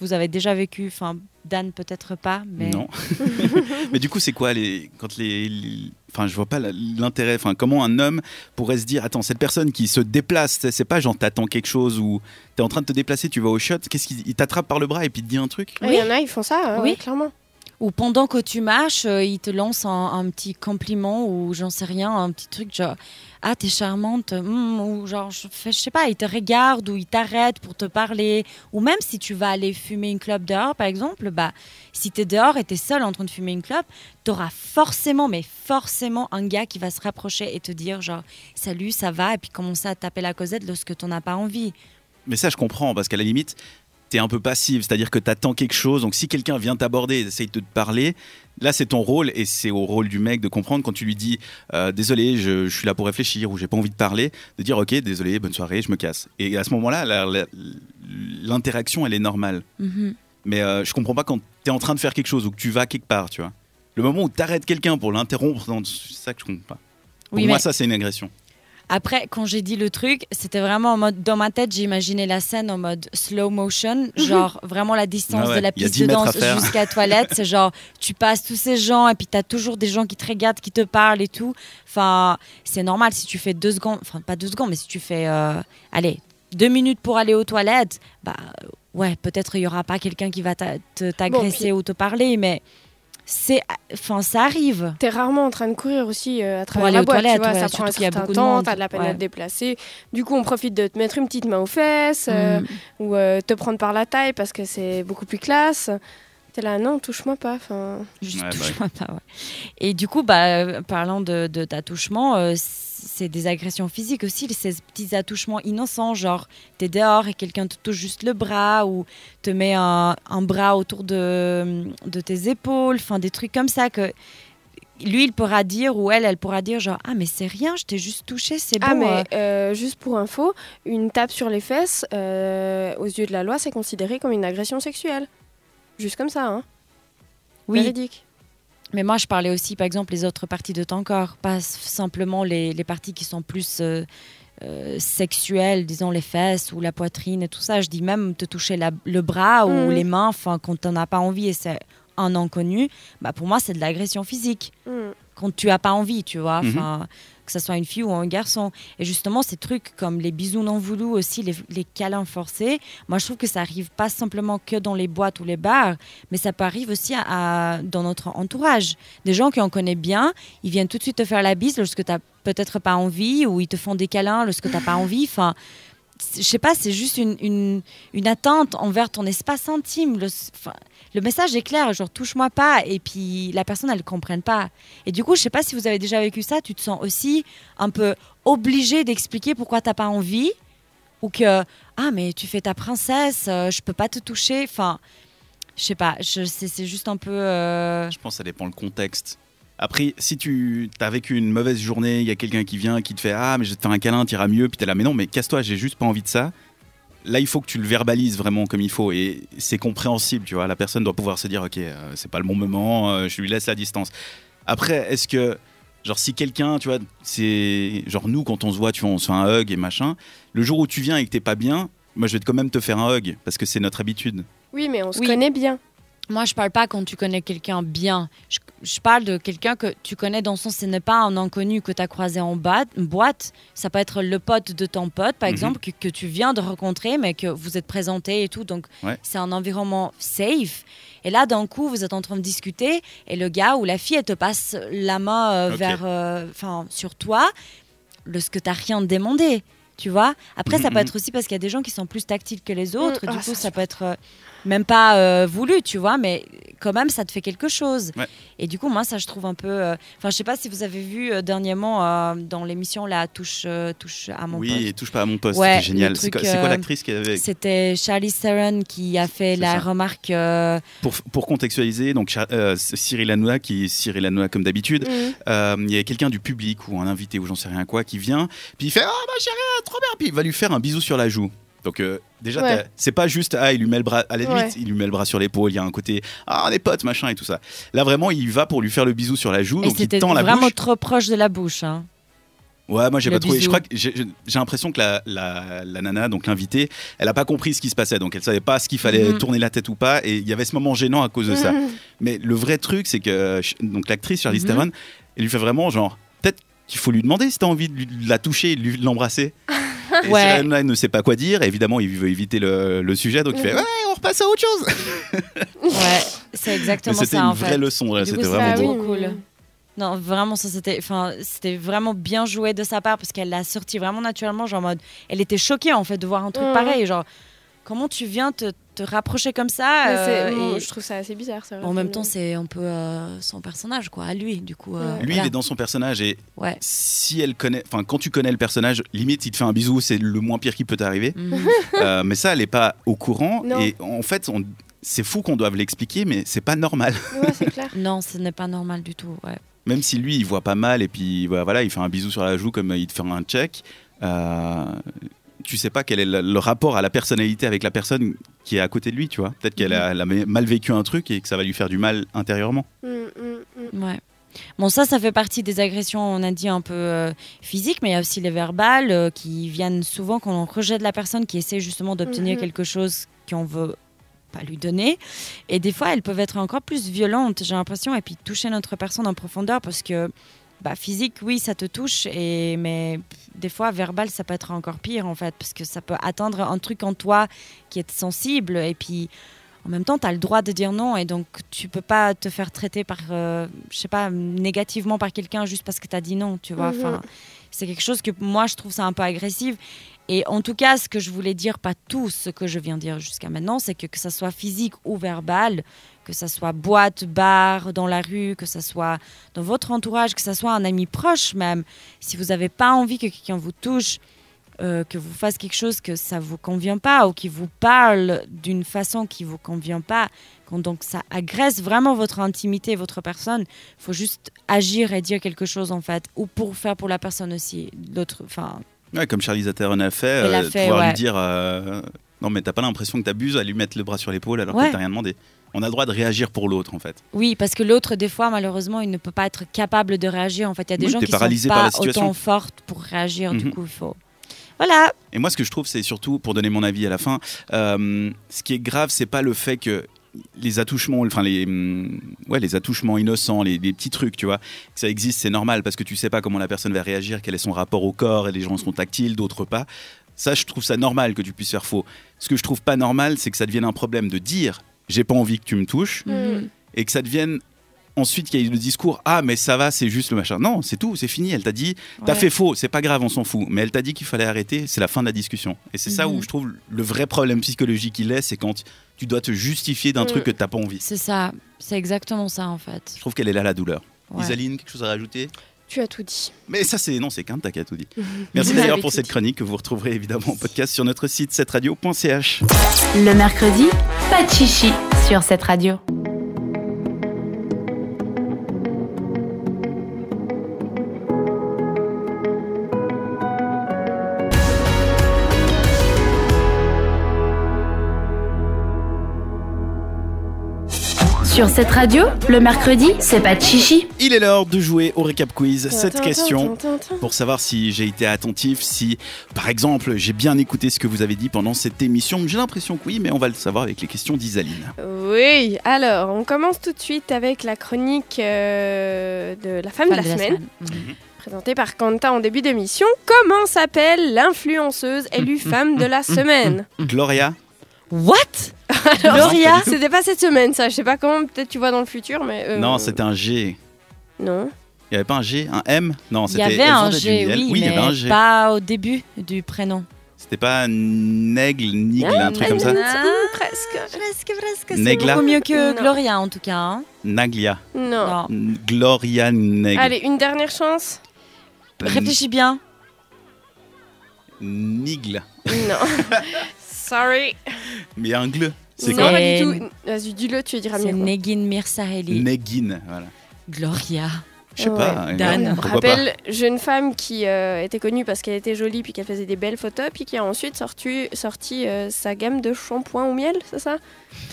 Speaker 2: vous avez déjà vécu, enfin, Dan peut-être pas, mais...
Speaker 1: Non. mais du coup, c'est quoi les quand les, les- enfin je vois pas la- l'intérêt. Enfin comment un homme pourrait se dire attends cette personne qui se déplace, c'est- c'est pas genre t'attends quelque chose ou t'es en train de te déplacer, tu vas au shot, qu'est-ce qu'il il t'attrape par le bras et puis il te dit un truc.
Speaker 3: Ouais, Il y en a, ils font ça, oui.
Speaker 2: Oui.
Speaker 3: clairement.
Speaker 2: Ou pendant que tu marches, euh, il te lance un, un petit compliment ou j'en sais rien, un petit truc genre ah t'es charmante hmm, ou genre je, fais- je sais pas, il te regarde ou il t'arrête pour te parler ou même si tu vas aller fumer une clope dehors par exemple, bah si t'es dehors et t'es seul en train de fumer une clope, t'auras forcément mais forcément un gars qui va se rapprocher et te dire genre salut ça va et puis commencer à taper la causette lorsque t'en as pas envie.
Speaker 1: Mais ça je comprends parce qu'à la limite t'es un peu passive, c'est-à-dire que t'attends quelque chose. Donc si quelqu'un vient t'aborder, et essaye de te parler, là c'est ton rôle et c'est au rôle du mec de comprendre quand tu lui dis euh, désolé, je, je suis là pour réfléchir ou j'ai pas envie de parler, de dire ok désolé, bonne soirée, je me casse. Et à ce moment-là la- la- l'interaction elle est normale.
Speaker 2: Mhm.
Speaker 1: Mais euh, je comprends pas quand t'es en train de faire quelque chose ou que tu vas quelque part, tu vois. Le moment où t'arrêtes quelqu'un pour l'interrompre, non, c'est ça que je comprends pas. Pour
Speaker 2: Oui,
Speaker 1: moi,
Speaker 2: mais-
Speaker 1: ça, c'est une agression.
Speaker 2: Après, quand j'ai dit le truc, c'était vraiment en mode. Dans ma tête, j'imaginais la scène en mode slow motion, genre vraiment la distance
Speaker 1: Ah ouais,
Speaker 2: de la
Speaker 1: il y a
Speaker 2: piste
Speaker 1: 10
Speaker 2: de
Speaker 1: mètres à
Speaker 2: danse
Speaker 1: faire.
Speaker 2: jusqu'à la toilette. C'est genre, tu passes tous ces gens et puis t'as toujours des gens qui te regardent, qui te parlent et tout. Enfin, c'est normal si tu fais deux secondes, enfin, pas deux secondes, mais si tu fais, euh, allez, deux minutes pour aller aux toilettes, bah ouais, peut-être il y aura pas quelqu'un qui va t'a- te- t'agresser ou te parler, mais c'est. Enfin, ça arrive.
Speaker 3: T'es rarement en train de courir aussi euh, à travers
Speaker 2: aller
Speaker 3: la
Speaker 2: aux
Speaker 3: boîte, tu
Speaker 2: toilettes,
Speaker 3: vois,
Speaker 2: ouais,
Speaker 3: ça
Speaker 2: surtout
Speaker 3: prend un
Speaker 2: qu'il y a
Speaker 3: certain
Speaker 2: beaucoup de
Speaker 3: temps,
Speaker 2: monde,
Speaker 3: t'as de la peine à
Speaker 2: ouais.
Speaker 3: te déplacer. Du coup, on profite de te mettre une petite main aux fesses euh,
Speaker 2: Mm.
Speaker 3: ou euh, te prendre par la taille parce que c'est beaucoup plus classe. T'es là, non, touche-moi pas. Enfin,
Speaker 2: Juste
Speaker 1: Ouais, bah
Speaker 2: touche-moi pas, ouais. Et du coup, bah, euh, parlant de, de d'attouchement, euh, c'est des agressions physiques aussi, ces petits attouchements innocents, genre t'es dehors et quelqu'un te touche juste le bras ou te met un, un bras autour de, de tes épaules, enfin des trucs comme ça que lui il pourra dire ou elle elle pourra dire genre ah mais c'est rien, je t'ai juste touché, c'est
Speaker 3: Ah
Speaker 2: bon. euh.
Speaker 3: mais euh, juste pour info, une tape sur les fesses, euh, aux yeux de la loi, c'est considéré comme une agression sexuelle. Juste comme ça, hein.
Speaker 2: oui,
Speaker 3: Véridique.
Speaker 2: Mais moi, je parlais aussi, par exemple, les autres parties de ton corps, pas s- simplement les, les parties qui sont plus euh, euh, sexuelles, disons les fesses ou la poitrine et tout ça. Je dis même te toucher la- le bras
Speaker 3: Mhm.
Speaker 2: ou les mains, enfin, quand t'en as pas envie et c'est un inconnu, bah pour moi, c'est de l'agression physique
Speaker 3: Mm.
Speaker 2: quand tu as pas envie, tu vois,
Speaker 1: Mhm.
Speaker 2: enfin, que ce soit une fille ou un garçon. Et justement, ces trucs comme les bisous non voulus aussi, les, les câlins forcés, moi je trouve que ça arrive pas simplement que dans les boîtes ou les bars, mais ça peut arriver aussi à, à- dans notre entourage. Des gens qu'on connaît bien, ils viennent tout de suite te faire la bise lorsque tu peut-être pas envie, ou ils te font des câlins lorsque t'as pas envie, enfin... c'est- Je sais pas, c'est juste une, une, une atteinte envers ton espace intime. Le, enfin, le message est clair, genre touche-moi pas, et puis la personne elle comprenne pas. Et du coup, je sais pas si vous avez déjà vécu ça, tu te sens aussi un peu obligé d'expliquer pourquoi t'as pas envie ou que ah mais tu fais ta princesse, euh, je peux pas te toucher. Enfin, je sais pas, je- c'est c'est juste un peu. euh,
Speaker 1: Je pense que ça dépend le contexte. Après, si tu as vécu une mauvaise journée, il y a quelqu'un qui vient, qui te fait Ah, mais je vais te faire un câlin, t'iras mieux, puis t'es là, mais non, mais casse-toi, j'ai juste pas envie de ça. Là, il faut que tu le verbalises vraiment comme il faut et c'est compréhensible, tu vois. La personne doit pouvoir se dire Ok, euh, c'est pas le bon moment, euh, je lui laisse la distance. Après, est-ce que, genre, si quelqu'un, tu vois, c'est. Genre, nous, quand on se voit, tu vois, on se fait un hug et machin, le jour où tu viens et que t'es pas bien, moi, je vais te- quand même te faire un hug parce que c'est notre habitude.
Speaker 3: Oui, mais on se
Speaker 2: Oui.
Speaker 3: connaît bien.
Speaker 2: Moi, je parle pas quand tu connais quelqu'un bien. Je, je parle de quelqu'un que tu connais dans le sens, ce n'est pas un inconnu que tu as croisé en ba- boîte. Ça peut être le pote de ton pote, par
Speaker 1: Mhm.
Speaker 2: exemple, que, que tu viens de rencontrer, mais que vous êtes présenté et tout. Donc,
Speaker 1: Ouais.
Speaker 2: c'est un environnement safe. Et là, d'un coup, vous êtes en train de discuter et le gars ou la fille, elle te passe la main euh,
Speaker 1: Ok.
Speaker 2: vers, euh, enfin, sur toi, lorsque tu n'as rien demandé. Tu vois Après, ça
Speaker 1: Mhm,
Speaker 2: peut
Speaker 1: mhm.
Speaker 2: être aussi parce qu'il y a des gens qui sont plus tactiles que les autres.
Speaker 3: Mm,
Speaker 2: du
Speaker 3: ah,
Speaker 2: coup,
Speaker 3: ça,
Speaker 2: ça peut être euh, même pas euh, voulu, tu vois, mais quand même, ça te fait quelque chose.
Speaker 1: Ouais.
Speaker 2: Et du coup, moi, ça, je trouve un peu. euh, Enfin, je sais pas si vous avez vu euh, dernièrement euh, dans l'émission La touche, euh, touche à mon
Speaker 1: Oui,
Speaker 2: poste.
Speaker 1: et touche pas à mon poste,
Speaker 2: Ouais,
Speaker 1: c'est génial.
Speaker 2: le
Speaker 1: C'est quoi,
Speaker 2: truc,
Speaker 1: c'est quoi
Speaker 2: euh,
Speaker 1: l'actrice qui avait
Speaker 2: C'était Charlie Theron qui a fait
Speaker 1: C'est
Speaker 2: la
Speaker 1: ça.
Speaker 2: remarque. euh,
Speaker 1: pour, pour contextualiser, donc Char- euh, c'est Cyril Hanouna, qui est Cyril Hanouna comme d'habitude,
Speaker 3: Mm.
Speaker 1: euh, il y a quelqu'un du public ou un invité ou j'en sais rien quoi qui vient, puis il fait Ah ma chérie, trop bien, puis il va lui faire un bisou sur la joue. Donc euh, déjà,
Speaker 3: Ouais.
Speaker 1: t'as- c'est pas juste Ah, il lui met le bras, à la limite,
Speaker 3: Ouais.
Speaker 1: il lui met le bras sur l'épaule, il y a un côté Ah, on est potes, machin et tout ça. Là vraiment, il va pour lui faire le bisou sur la joue,
Speaker 2: et
Speaker 1: donc il
Speaker 2: c'était
Speaker 1: tend la
Speaker 2: vraiment
Speaker 1: bouche.
Speaker 2: trop proche de la bouche. hein.
Speaker 1: Ouais, moi j'ai
Speaker 2: Le
Speaker 1: pas trouvé. Je
Speaker 2: bisou.
Speaker 1: crois que j'ai j'ai- j'ai l'impression que la, la, la nana, donc l'invitée, elle a pas compris ce qui se passait, donc elle savait pas ce qu'il fallait
Speaker 2: Mhm.
Speaker 1: tourner la tête ou pas, et il y avait ce moment gênant à cause de ça.
Speaker 3: Mhm.
Speaker 1: Mais le vrai truc, c'est que euh, ch- donc l'actrice Charlize
Speaker 2: Mhm.
Speaker 1: Theron, elle lui fait vraiment genre peut-être qu'il faut lui demander si t'as envie de, lui- de la toucher, de lui- de l'embrasser. Et
Speaker 2: Ouais.
Speaker 1: Cyril Hanouna, il ne sait pas quoi dire. et évidemment, il veut éviter le, le sujet, donc il fait
Speaker 3: Mhm.
Speaker 1: ouais, on repasse à autre chose.
Speaker 2: Ouais, c'est
Speaker 1: Mais
Speaker 2: exactement
Speaker 1: c'était
Speaker 2: ça
Speaker 1: une
Speaker 2: en
Speaker 1: vraie
Speaker 2: fait.
Speaker 1: leçon, là,
Speaker 2: Du coup,
Speaker 1: c'était vraiment
Speaker 2: ça, oui.
Speaker 1: drôle.
Speaker 2: drôle. cool. Non, vraiment, ça c'était, enfin, c'était vraiment bien joué de sa part parce qu'elle l'a sorti vraiment naturellement, genre en mode, elle était choquée en fait de voir un truc
Speaker 3: Mhm.
Speaker 2: pareil, genre, comment tu viens te, te rapprocher comme ça
Speaker 3: Mais c'est-
Speaker 2: euh,
Speaker 3: bon,
Speaker 2: et-
Speaker 3: Je trouve ça assez bizarre. ça,
Speaker 2: En même
Speaker 3: vraiment.
Speaker 2: temps, c'est un peu euh, son personnage, quoi, à lui, du coup. euh,
Speaker 1: Lui, il
Speaker 2: voilà.
Speaker 1: est dans son personnage et
Speaker 2: Ouais.
Speaker 1: si elle connaît, enfin quand tu connais le personnage, limite il te fait un bisou, c'est le moins pire qui peut t'arriver.
Speaker 2: Mhm.
Speaker 1: Euh, mais ça, elle est pas au courant
Speaker 3: Non.
Speaker 1: et en fait, on- c'est fou qu'on doive l'expliquer, mais c'est pas normal.
Speaker 3: Ouais, c'est clair.
Speaker 2: non, ce n'est pas normal du tout. Ouais.
Speaker 1: Même si lui, il voit pas mal et puis bah, voilà, il fait un bisou sur la joue comme il te fait un check. euh, tu sais pas quel est le, le rapport à la personnalité avec la personne qui est à côté de lui, tu vois. Peut-être qu'elle a, elle a mal vécu un truc et que ça va lui faire du mal intérieurement.
Speaker 3: Mm, mm, mm.
Speaker 2: Ouais. Bon, ça, ça fait partie des agressions, on a dit, un peu euh, physiques, mais il y a aussi les verbales euh, qui viennent souvent quand on rejette la personne qui essaie justement d'obtenir
Speaker 3: Mhm.
Speaker 2: quelque chose qu'on veut pas lui donner. Et des fois, elles peuvent être encore plus violentes, j'ai l'impression, et puis toucher notre personne en profondeur parce que. Bah, physique, oui, ça te touche, et, mais pff, des fois, verbal, ça peut être encore pire, en fait, parce que ça peut atteindre un truc en toi qui est sensible, et puis en même temps, tu as le droit de dire non et donc tu peux pas te faire traiter par, euh, je sais pas, négativement par quelqu'un juste parce que tu as dit non, tu vois.
Speaker 3: Mhm.
Speaker 2: Enfin, c'est quelque chose que moi, je trouve ça un peu agressif. Et en tout cas, ce que je voulais dire, pas tout ce que je viens de dire jusqu'à maintenant, c'est que que ça soit physique ou verbal, que ça soit boîte, bar, dans la rue, que ça soit dans votre entourage, que ça soit un ami proche même, si vous n'avez pas envie que quelqu'un vous touche, euh, que vous fasse quelque chose que ça vous convient pas ou qui vous parle d'une façon qui vous convient pas, quand donc ça agresse vraiment votre intimité, votre personne, faut juste agir et dire quelque chose en fait, ou pour faire pour la personne aussi, l'autre, enfin,
Speaker 1: Ouais, comme Charlize Theron a fait,
Speaker 2: Elle a
Speaker 1: euh,
Speaker 2: fait,
Speaker 1: pouvoir lui
Speaker 2: ouais.
Speaker 1: dire euh, non mais t'as pas l'impression que t'abuses à lui mettre le bras sur l'épaule alors
Speaker 2: Ouais.
Speaker 1: que t'as rien demandé. On a le droit de réagir pour l'autre en fait.
Speaker 2: oui, parce que l'autre des fois malheureusement il ne peut pas être capable de réagir en fait, il y a des
Speaker 1: Oui,
Speaker 2: gens
Speaker 1: t'es
Speaker 2: qui sont
Speaker 1: paralysé par
Speaker 2: pas
Speaker 1: la situation.
Speaker 2: autant fortes pour réagir,
Speaker 1: Mhm.
Speaker 2: du coup il faut, voilà,
Speaker 1: Et moi, ce que je trouve, c'est surtout, pour donner mon avis à la fin, euh, ce qui est grave, c'est pas le fait que les attouchements, enfin les, hum, ouais, les attouchements innocents, les, les petits trucs, tu vois, que ça existe, c'est normal parce que tu sais pas comment la personne va réagir, quel est son rapport au corps, et les gens sont tactiles, d'autres pas. Ça, je trouve ça normal que tu puisses faire faux. Ce que je trouve pas normal, c'est que ça devienne un problème de dire j'ai pas envie que tu me touches
Speaker 3: Mm.
Speaker 1: et que ça devienne ensuite qu'il y ait le discours ah mais ça va c'est juste le machin non c'est tout c'est fini elle t'a dit t'as
Speaker 2: Ouais.
Speaker 1: fait faux c'est pas grave on s'en fout mais elle t'a dit qu'il fallait arrêter c'est la fin de la discussion et c'est ça
Speaker 2: Mhm.
Speaker 1: où je trouve le vrai problème psychologique il est c'est quand tu dois te justifier d'un
Speaker 3: Mm.
Speaker 1: truc que t'as pas envie
Speaker 2: c'est ça, c'est exactement ça en fait.
Speaker 1: je trouve qu'elle est là la douleur
Speaker 2: Ouais.
Speaker 1: Isaline quelque chose à rajouter
Speaker 3: Tu as tout dit.
Speaker 1: mais ça c'est non c'est qu'un t'as qu'à tout dit merci
Speaker 3: Vous
Speaker 1: d'ailleurs
Speaker 3: avez
Speaker 1: pour
Speaker 3: tout
Speaker 1: cette
Speaker 3: dit.
Speaker 1: chronique que vous retrouverez évidemment en podcast sur notre site cetteradio.ch
Speaker 4: Le mercredi, pas de chichi sur cette radio. Sur cette radio, le mercredi, c'est pas de chichi.
Speaker 1: il est l'heure de jouer au récap
Speaker 2: Euh,
Speaker 1: quiz cette
Speaker 3: Tintin,
Speaker 1: question
Speaker 3: tintin, tintin.
Speaker 1: pour savoir si j'ai été attentif, si par exemple j'ai bien écouté ce que vous avez dit pendant cette émission. J'ai l'impression que oui, mais on va le savoir avec les questions d'Isaline.
Speaker 3: Oui, alors on commence tout de suite avec la chronique euh, de la femme, de la, semaine,
Speaker 2: Mhm.
Speaker 3: présentée par Quentin en début d'émission. Comment s'appelle l'influenceuse élue femme de la semaine
Speaker 2: Euh,
Speaker 1: Gloria,
Speaker 2: What
Speaker 1: Gloria
Speaker 3: C'était mm. pas cette semaine ça, je sais pas comment, peut-être tu vois dans le futur, mais... euh,
Speaker 1: non, c'était un G.
Speaker 3: Non.
Speaker 1: Il n'y avait pas un G, un M Non,
Speaker 2: Il y
Speaker 1: c'était.
Speaker 2: avait
Speaker 1: elles
Speaker 2: un
Speaker 1: ont des
Speaker 2: G,
Speaker 1: L.
Speaker 2: oui,
Speaker 1: il y
Speaker 2: mais
Speaker 1: avait un G.
Speaker 2: pas au début du prénom.
Speaker 1: C'était pas Nègle, Nigle, un truc comme ça
Speaker 3: Mmh, Presque.
Speaker 2: Presque, presque. C'est
Speaker 1: Negla.
Speaker 2: beaucoup mieux que
Speaker 3: Non.
Speaker 2: Gloria, en tout cas. hein.
Speaker 1: Naglia.
Speaker 3: Non.
Speaker 2: Non.
Speaker 1: Gloria Neg.
Speaker 3: Allez, une dernière chance.
Speaker 2: Réfléchis bien.
Speaker 1: Nigle.
Speaker 3: Non. Sorry.
Speaker 1: Mais un gle. C'est
Speaker 3: non,
Speaker 1: quoi
Speaker 3: pas du
Speaker 2: C'est-
Speaker 3: tout. Vas-y, dis-le, tu diras
Speaker 2: C'est
Speaker 3: mieux. quoi.
Speaker 2: Negin Mirsaeli.
Speaker 1: Negin. Voilà.
Speaker 2: Gloria.
Speaker 1: Je sais
Speaker 3: Ouais,
Speaker 1: pas. euh,
Speaker 2: Dan.
Speaker 1: Pourquoi pas
Speaker 3: Rappelle, jeune femme qui euh, était connue parce qu'elle était jolie puis qu'elle faisait des belles photos puis qui a ensuite sorti, sorti euh, sa gamme de shampoing au miel, c'est ça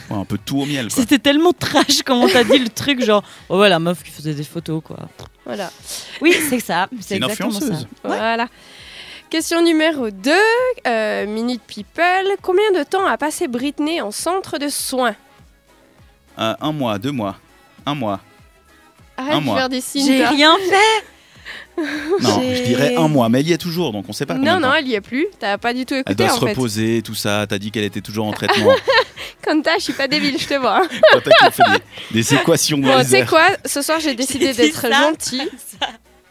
Speaker 1: Ouais, Un peu tout au miel. Quoi.
Speaker 2: C'était tellement trash comment t'as dit le truc, genre, oh ouais, la meuf qui faisait des photos, quoi.
Speaker 3: Voilà.
Speaker 2: Oui, c'est ça. C'est
Speaker 1: C'est une
Speaker 2: exactement
Speaker 1: influenceuse.
Speaker 2: ça.
Speaker 3: Voilà. Question numéro 2, Minute People. Combien de temps a passé Britney en centre de soins
Speaker 1: Euh, un mois, deux mois. Un mois. Un
Speaker 3: Arrête de
Speaker 1: mois.
Speaker 3: faire des signes.
Speaker 2: J'ai
Speaker 3: toi.
Speaker 2: rien fait.
Speaker 1: Non,
Speaker 2: J'ai-
Speaker 1: je dirais un mois, mais elle y est toujours, donc on sait pas. combien
Speaker 3: Non,
Speaker 1: de
Speaker 3: non,
Speaker 1: temps.
Speaker 3: elle y est plus. T'as pas du tout
Speaker 1: Elle
Speaker 3: écouté
Speaker 1: doit
Speaker 3: en
Speaker 1: se
Speaker 3: fait.
Speaker 1: reposer, tout ça. T'as dit qu'elle était toujours en traitement.
Speaker 3: Quand t'as, je suis pas débile, je te vois. hein.
Speaker 1: Quand t'as qu'on fait des, des équations dans
Speaker 3: Bon, tu
Speaker 1: les
Speaker 3: sais
Speaker 1: airs.
Speaker 3: quoi Ce soir, j'ai décidé
Speaker 2: J'ai dit
Speaker 3: d'être
Speaker 2: ça.
Speaker 3: gentille.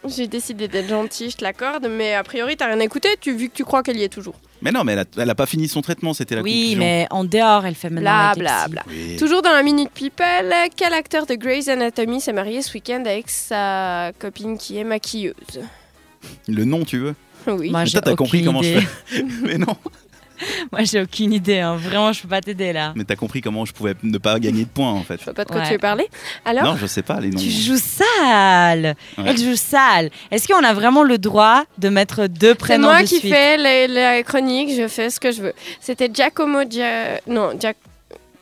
Speaker 3: J'ai décidé d'être gentille, je te l'accorde, mais a priori, t'as rien écouté, tu, vu que tu crois qu'elle y est toujours.
Speaker 1: Mais non, mais elle a, elle a pas fini son traitement, c'était la
Speaker 2: Oui,
Speaker 1: conclusion.
Speaker 2: mais en dehors, elle fait maintenant.
Speaker 3: Bla
Speaker 2: avec les
Speaker 3: bla
Speaker 2: psys.
Speaker 3: bla.
Speaker 1: Oui.
Speaker 3: Toujours dans la Minute People, quel acteur de Grey's Anatomy s'est marié ce week-end avec sa copine qui est maquilleuse
Speaker 1: Le nom, tu veux
Speaker 3: Oui.
Speaker 2: Moi,
Speaker 1: Mais
Speaker 2: j'ai
Speaker 1: toi, t'as compris
Speaker 2: aucune
Speaker 1: comment je
Speaker 2: idée.
Speaker 1: fais. Mais non.
Speaker 2: Moi, j'ai aucune idée. hein. Vraiment, je peux pas t'aider là.
Speaker 1: Mais t'as compris comment je pouvais ne pas gagner de points, en fait.
Speaker 3: Je vois pas de quoi
Speaker 2: Ouais.
Speaker 3: tu veux parler. Alors
Speaker 1: non, je sais pas les noms.
Speaker 2: Tu joues sale.
Speaker 1: Ouais.
Speaker 2: Elle joue sale. Est-ce qu'on a vraiment le droit de mettre deux
Speaker 3: C'est
Speaker 2: prénoms
Speaker 3: moi
Speaker 2: de
Speaker 3: qui
Speaker 2: suite
Speaker 3: fais les- la chronique, je fais ce que je veux. C'était Giacomo Gia... Non, Gia-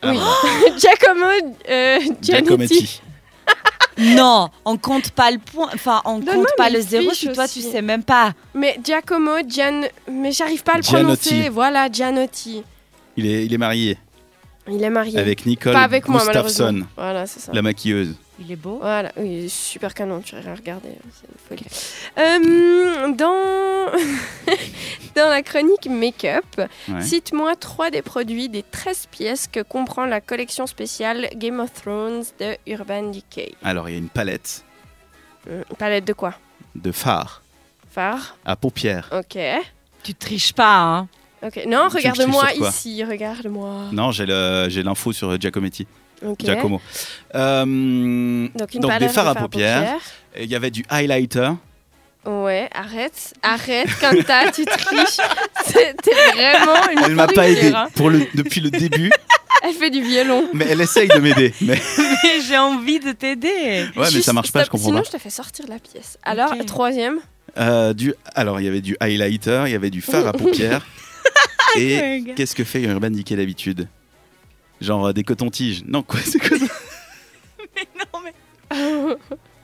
Speaker 1: Ah,
Speaker 3: oui.
Speaker 1: voilà.
Speaker 3: Giacomo euh, Giannetti.
Speaker 1: Giacometti.
Speaker 2: Non, on compte pas le point. Enfin, on
Speaker 3: Donne-moi
Speaker 2: compte pas
Speaker 3: mes
Speaker 2: le zéro
Speaker 3: fiches
Speaker 2: si toi tu
Speaker 3: aussi.
Speaker 2: sais même pas.
Speaker 3: Mais Giacomo Gian... Mais j'arrive pas à le
Speaker 1: Gianotti.
Speaker 3: prononcer. Voilà, Gianotti.
Speaker 1: Il est, il est marié
Speaker 3: Il est marié.
Speaker 1: avec Nicole
Speaker 3: Pas avec moi,
Speaker 1: Gustafsson,
Speaker 3: malheureusement. Voilà, c'est ça.
Speaker 1: la maquilleuse.
Speaker 2: Il est beau.
Speaker 3: Voilà, oui, il est super canon, tu irais regarder, hein, c'est une folie. Euh, dans... dans la chronique Make-up,
Speaker 1: Ouais.
Speaker 3: cite-moi trois des produits des 13 pièces que comprend la collection spéciale Game of Thrones de Urban Decay.
Speaker 1: Alors, il y a une palette
Speaker 3: Hum, Palette de quoi
Speaker 1: de fard
Speaker 3: Phare
Speaker 1: à paupières.
Speaker 3: Ok.
Speaker 2: Tu triches pas. Hein.
Speaker 3: Ok. Non,
Speaker 1: Tu veux que je triche
Speaker 3: regarde-moi
Speaker 1: sur quoi
Speaker 3: ici, regarde-moi.
Speaker 1: Non, j'ai le- j'ai l'info sur Giacometti.
Speaker 3: Ok.
Speaker 1: Giacomo. Euh,
Speaker 3: Donc une
Speaker 1: Donc,
Speaker 3: palette
Speaker 1: des fards
Speaker 3: de
Speaker 1: à paupières. il y avait du highlighter.
Speaker 3: Ah, Ouais, arrête, arrête, Quinta, tu triches. C'est- T'es vraiment une
Speaker 1: Elle m'a pas
Speaker 3: fourrure,
Speaker 1: aidé
Speaker 3: hein.
Speaker 1: pour le, depuis le début,
Speaker 3: Elle fait du violon.
Speaker 1: mais elle essaye de m'aider. Mais
Speaker 2: Mais j'ai envie de t'aider.
Speaker 1: ouais, mais
Speaker 3: Juste,
Speaker 1: ça marche pas, je
Speaker 3: stop,
Speaker 1: comprends
Speaker 3: Sinon,
Speaker 1: pas.
Speaker 3: je te fais sortir de la pièce. Alors,
Speaker 2: Ok.
Speaker 3: troisième.
Speaker 1: Euh, du, alors, il y avait du highlighter, il y avait du fard à paupières. et qu'est-ce que fait Urban Decay d'habitude Genre euh, des cotons-tiges. Non, quoi, c'est quoi ça
Speaker 2: Non, mais...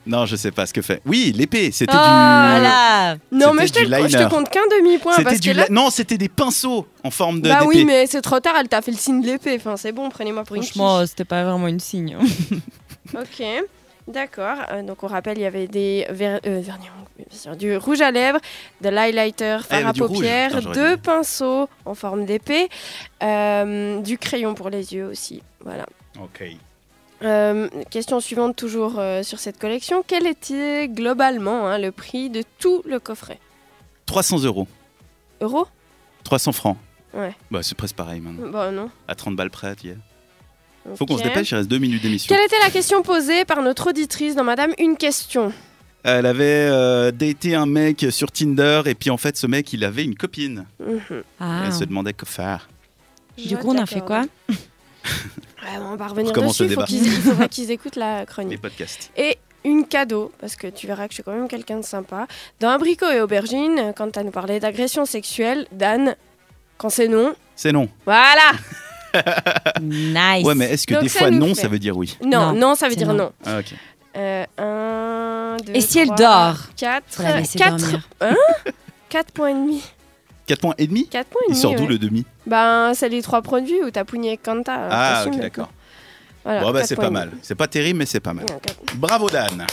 Speaker 1: Non, je sais pas ce que fait. Oui, l'épée, c'était
Speaker 3: Oh
Speaker 1: du.
Speaker 2: Voilà.
Speaker 3: Non, mais je te,
Speaker 1: C'était du
Speaker 3: je te
Speaker 1: liner.
Speaker 3: compte qu'un demi-point
Speaker 1: C'était
Speaker 3: parce
Speaker 1: du
Speaker 3: que là.
Speaker 1: la- Non, c'était des pinceaux en forme de.
Speaker 3: Bah
Speaker 1: d'épée.
Speaker 3: oui, mais c'est trop tard, elle t'a fait le signe de l'épée. Enfin, c'est bon, prenez-moi pour une
Speaker 2: Franchement, euh, c'était pas vraiment une signe.
Speaker 3: quiche. Ok, d'accord. Euh, donc, on rappelle, il y avait des ver- euh, vernis, oui, bien sûr, du rouge à lèvres, de
Speaker 1: Ah, il
Speaker 3: l'highlighter,
Speaker 1: y
Speaker 3: fard
Speaker 1: avait
Speaker 3: à
Speaker 1: du rouge.
Speaker 3: paupières,
Speaker 1: Putain, j'aurais
Speaker 3: deux
Speaker 1: dû.
Speaker 3: pinceaux en forme d'épée, euh, du crayon pour les yeux aussi. Voilà.
Speaker 1: Ok.
Speaker 3: Euh, question suivante, toujours euh, sur cette collection. Quel était globalement hein, le prix de tout le coffret
Speaker 1: 300 euros.
Speaker 3: Euros
Speaker 1: 300 francs.
Speaker 3: Ouais.
Speaker 1: Bah, c'est presque pareil maintenant.
Speaker 3: Bon, non.
Speaker 1: À 30 balles près, tu y es. Faut
Speaker 3: Ok.
Speaker 1: qu'on se dépêche, il reste deux minutes d'émission.
Speaker 3: Quelle était la question posée par notre auditrice dans Madame Une question
Speaker 1: Elle avait euh, daté un mec sur Tinder et puis en fait, ce mec, il avait une copine.
Speaker 3: Mhm.
Speaker 2: Ah.
Speaker 1: Elle se demandait que faire.
Speaker 2: Du coup, on a fait quoi
Speaker 3: Ouais, bon, On va revenir
Speaker 1: recommence
Speaker 3: dessus,
Speaker 1: le débat.
Speaker 3: faut qu'ils- il faudrait qu'ils écoutent la
Speaker 1: Les
Speaker 3: chronique.
Speaker 1: podcasts.
Speaker 3: Et une cadeau, parce que tu verras que je suis quand même quelqu'un de sympa. Dans Abricot et Aubergine, quand t'as nous parlé d'agression sexuelle, Dan, quand c'est non,
Speaker 1: C'est non.
Speaker 3: voilà
Speaker 2: Nice.
Speaker 1: Ouais, mais est-ce que
Speaker 3: Donc
Speaker 1: des
Speaker 3: ça
Speaker 1: fois
Speaker 3: nous
Speaker 1: non,
Speaker 3: fait.
Speaker 1: ça veut dire oui
Speaker 3: Non, non,
Speaker 2: Non,
Speaker 3: ça veut
Speaker 2: c'est
Speaker 3: dire
Speaker 2: non.
Speaker 3: non.
Speaker 1: Ah, ok.
Speaker 3: Euh, un, deux,
Speaker 2: Et si elle
Speaker 3: trois,
Speaker 2: dort
Speaker 3: Quatre,
Speaker 2: Faudrait la laisser
Speaker 3: quatre,
Speaker 2: dormir.
Speaker 3: hein Quatre points et demi.
Speaker 1: 4 points et demi
Speaker 3: Quatre points et
Speaker 1: Il
Speaker 3: demi, euh.
Speaker 1: sort
Speaker 3: Bah,
Speaker 1: d'où
Speaker 3: ouais.
Speaker 1: le demi
Speaker 3: Ben, c'est les trois produits où t'as pougné Kanta.
Speaker 1: Ah,
Speaker 3: t'assumes,
Speaker 1: ok,
Speaker 3: maintenant.
Speaker 1: d'accord.
Speaker 3: Voilà,
Speaker 1: bon, bah,
Speaker 3: quatre
Speaker 1: c'est
Speaker 3: points
Speaker 1: pas
Speaker 3: et
Speaker 1: mal. C'est pas terrible, mais c'est pas mal.
Speaker 3: demi. Non, quatre.
Speaker 1: Bravo, Dan.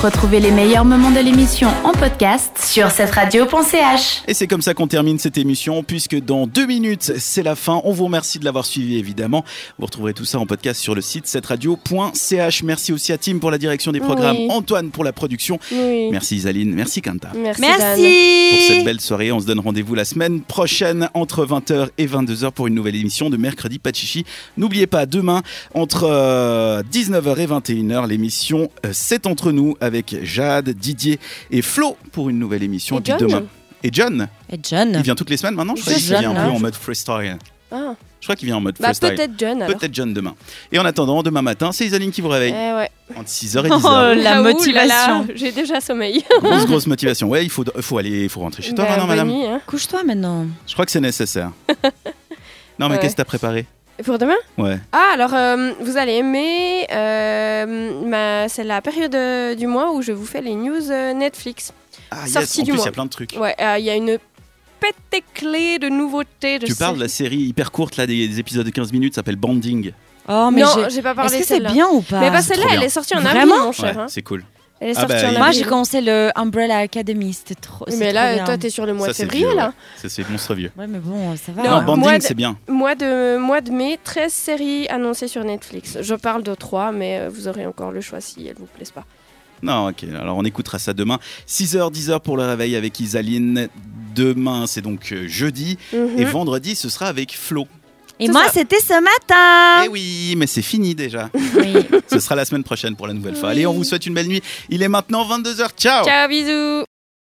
Speaker 4: Retrouvez les meilleurs moments de l'émission en podcast sur cette radio.ch.
Speaker 1: Et c'est comme ça qu'on termine cette émission, puisque dans deux minutes, c'est la fin. On vous remercie de l'avoir suivi, évidemment. Vous retrouverez tout ça en podcast sur le site cetteradio.ch. Merci aussi à Tim pour la direction des programmes,
Speaker 3: Oui.
Speaker 1: Antoine pour la production.
Speaker 3: Oui.
Speaker 1: Merci Isaline, merci Quinta.
Speaker 3: Merci. Dan.
Speaker 2: Merci.
Speaker 1: Pour cette belle soirée, on se donne rendez-vous la semaine prochaine entre 20h et 22h pour une nouvelle émission de Mercredi Pachichi. N'oubliez pas, demain, entre euh, 19h et 21h, l'émission euh, C'est entre nous avec Jade, Didier et Flo pour une nouvelle émission.
Speaker 3: Et
Speaker 1: puis
Speaker 3: John
Speaker 1: demain. Et John,
Speaker 2: Et John.
Speaker 1: il vient toutes les semaines maintenant Je crois
Speaker 3: C'est
Speaker 1: qu'il vient
Speaker 2: John,
Speaker 1: un peu
Speaker 2: hein.
Speaker 1: en mode freestyle.
Speaker 3: Ah.
Speaker 1: Je crois qu'il vient en mode
Speaker 3: Bah,
Speaker 1: freestyle.
Speaker 3: peut-être John alors.
Speaker 1: Peut-être John demain. Et en attendant, demain matin, c'est Isaline qui vous
Speaker 3: Eh
Speaker 1: réveille.
Speaker 3: ouais.
Speaker 1: Entre 6h et
Speaker 2: Oh
Speaker 1: 10h.
Speaker 2: La
Speaker 3: Ah, ouh là
Speaker 2: motivation.
Speaker 3: là, J'ai déjà sommeil.
Speaker 1: Grosse, grosse motivation. Ouais, il faut, faut aller, il faut rentrer chez toi
Speaker 3: Bah,
Speaker 1: maintenant,
Speaker 3: bonne
Speaker 1: madame.
Speaker 3: nuit, hein.
Speaker 2: Couche-toi maintenant.
Speaker 1: Je crois que c'est nécessaire. non, mais
Speaker 3: Ouais.
Speaker 1: qu'est-ce que t'as préparé
Speaker 3: Et Pour demain
Speaker 1: Ouais.
Speaker 3: Ah, alors euh, vous allez aimer. euh, ma- C'est la période euh, du mois où je vous fais les news euh, Netflix.
Speaker 1: Ah,
Speaker 3: Sortie
Speaker 1: En
Speaker 3: du
Speaker 1: plus, il y
Speaker 3: mois.
Speaker 1: a plein de trucs.
Speaker 3: Ouais, euh, il y a une pété-clé de nouveautés. De
Speaker 1: Tu parles de la
Speaker 3: séries.
Speaker 1: série hyper courte, là, des, des épisodes de 15 minutes, ça s'appelle Banding.
Speaker 2: Oh, mais
Speaker 3: Non,
Speaker 2: j'ai-
Speaker 3: j'ai pas
Speaker 2: est-ce
Speaker 3: parlé
Speaker 2: que
Speaker 3: de
Speaker 2: c'est
Speaker 3: celle-là.
Speaker 2: bien ou pas
Speaker 3: Mais pas
Speaker 1: trop
Speaker 3: celle-là, elle
Speaker 1: bien.
Speaker 3: est sortie en avril,
Speaker 2: Vraiment
Speaker 3: mon
Speaker 1: Ouais,
Speaker 3: cher. hein.
Speaker 1: c'est cool.
Speaker 3: Elle est
Speaker 1: Ah
Speaker 3: sortie
Speaker 1: bah,
Speaker 3: en
Speaker 1: il-
Speaker 2: Moi,
Speaker 3: avril.
Speaker 2: j'ai commencé le Umbrella Academy. C'était trop.
Speaker 3: Oui,
Speaker 2: c'est
Speaker 3: Mais
Speaker 2: trop
Speaker 3: là,
Speaker 2: bien.
Speaker 3: toi, t'es sur le mois
Speaker 1: Ça,
Speaker 3: de
Speaker 1: c'est
Speaker 3: février,
Speaker 1: vieux,
Speaker 3: là.
Speaker 1: Ça, c'est monstre vieux.
Speaker 2: Ouais, mais bon, ça va. hein.
Speaker 1: Non,
Speaker 3: Non,
Speaker 1: Banding,
Speaker 3: moi, de-
Speaker 1: c'est bien.
Speaker 3: Mois de, mois de mai, 13 séries annoncées sur Netflix. Je parle de 3, mais euh, vous aurez encore le choix si elles vous plaisent pas.
Speaker 1: Non, ok. Alors, on écoutera ça demain. 6h, 10h pour le réveil avec Isaline. Demain, c'est donc euh, jeudi.
Speaker 3: Mhm.
Speaker 1: Et vendredi, ce sera avec Flo.
Speaker 2: Et
Speaker 3: C'est
Speaker 2: moi,
Speaker 3: ça.
Speaker 2: c'était ce matin.
Speaker 1: Eh oui, mais c'est fini déjà.
Speaker 2: Oui.
Speaker 1: ce sera la semaine prochaine pour la nouvelle fois. Allez, on vous souhaite une belle nuit. Il est maintenant 22h.
Speaker 3: Ciao, bisous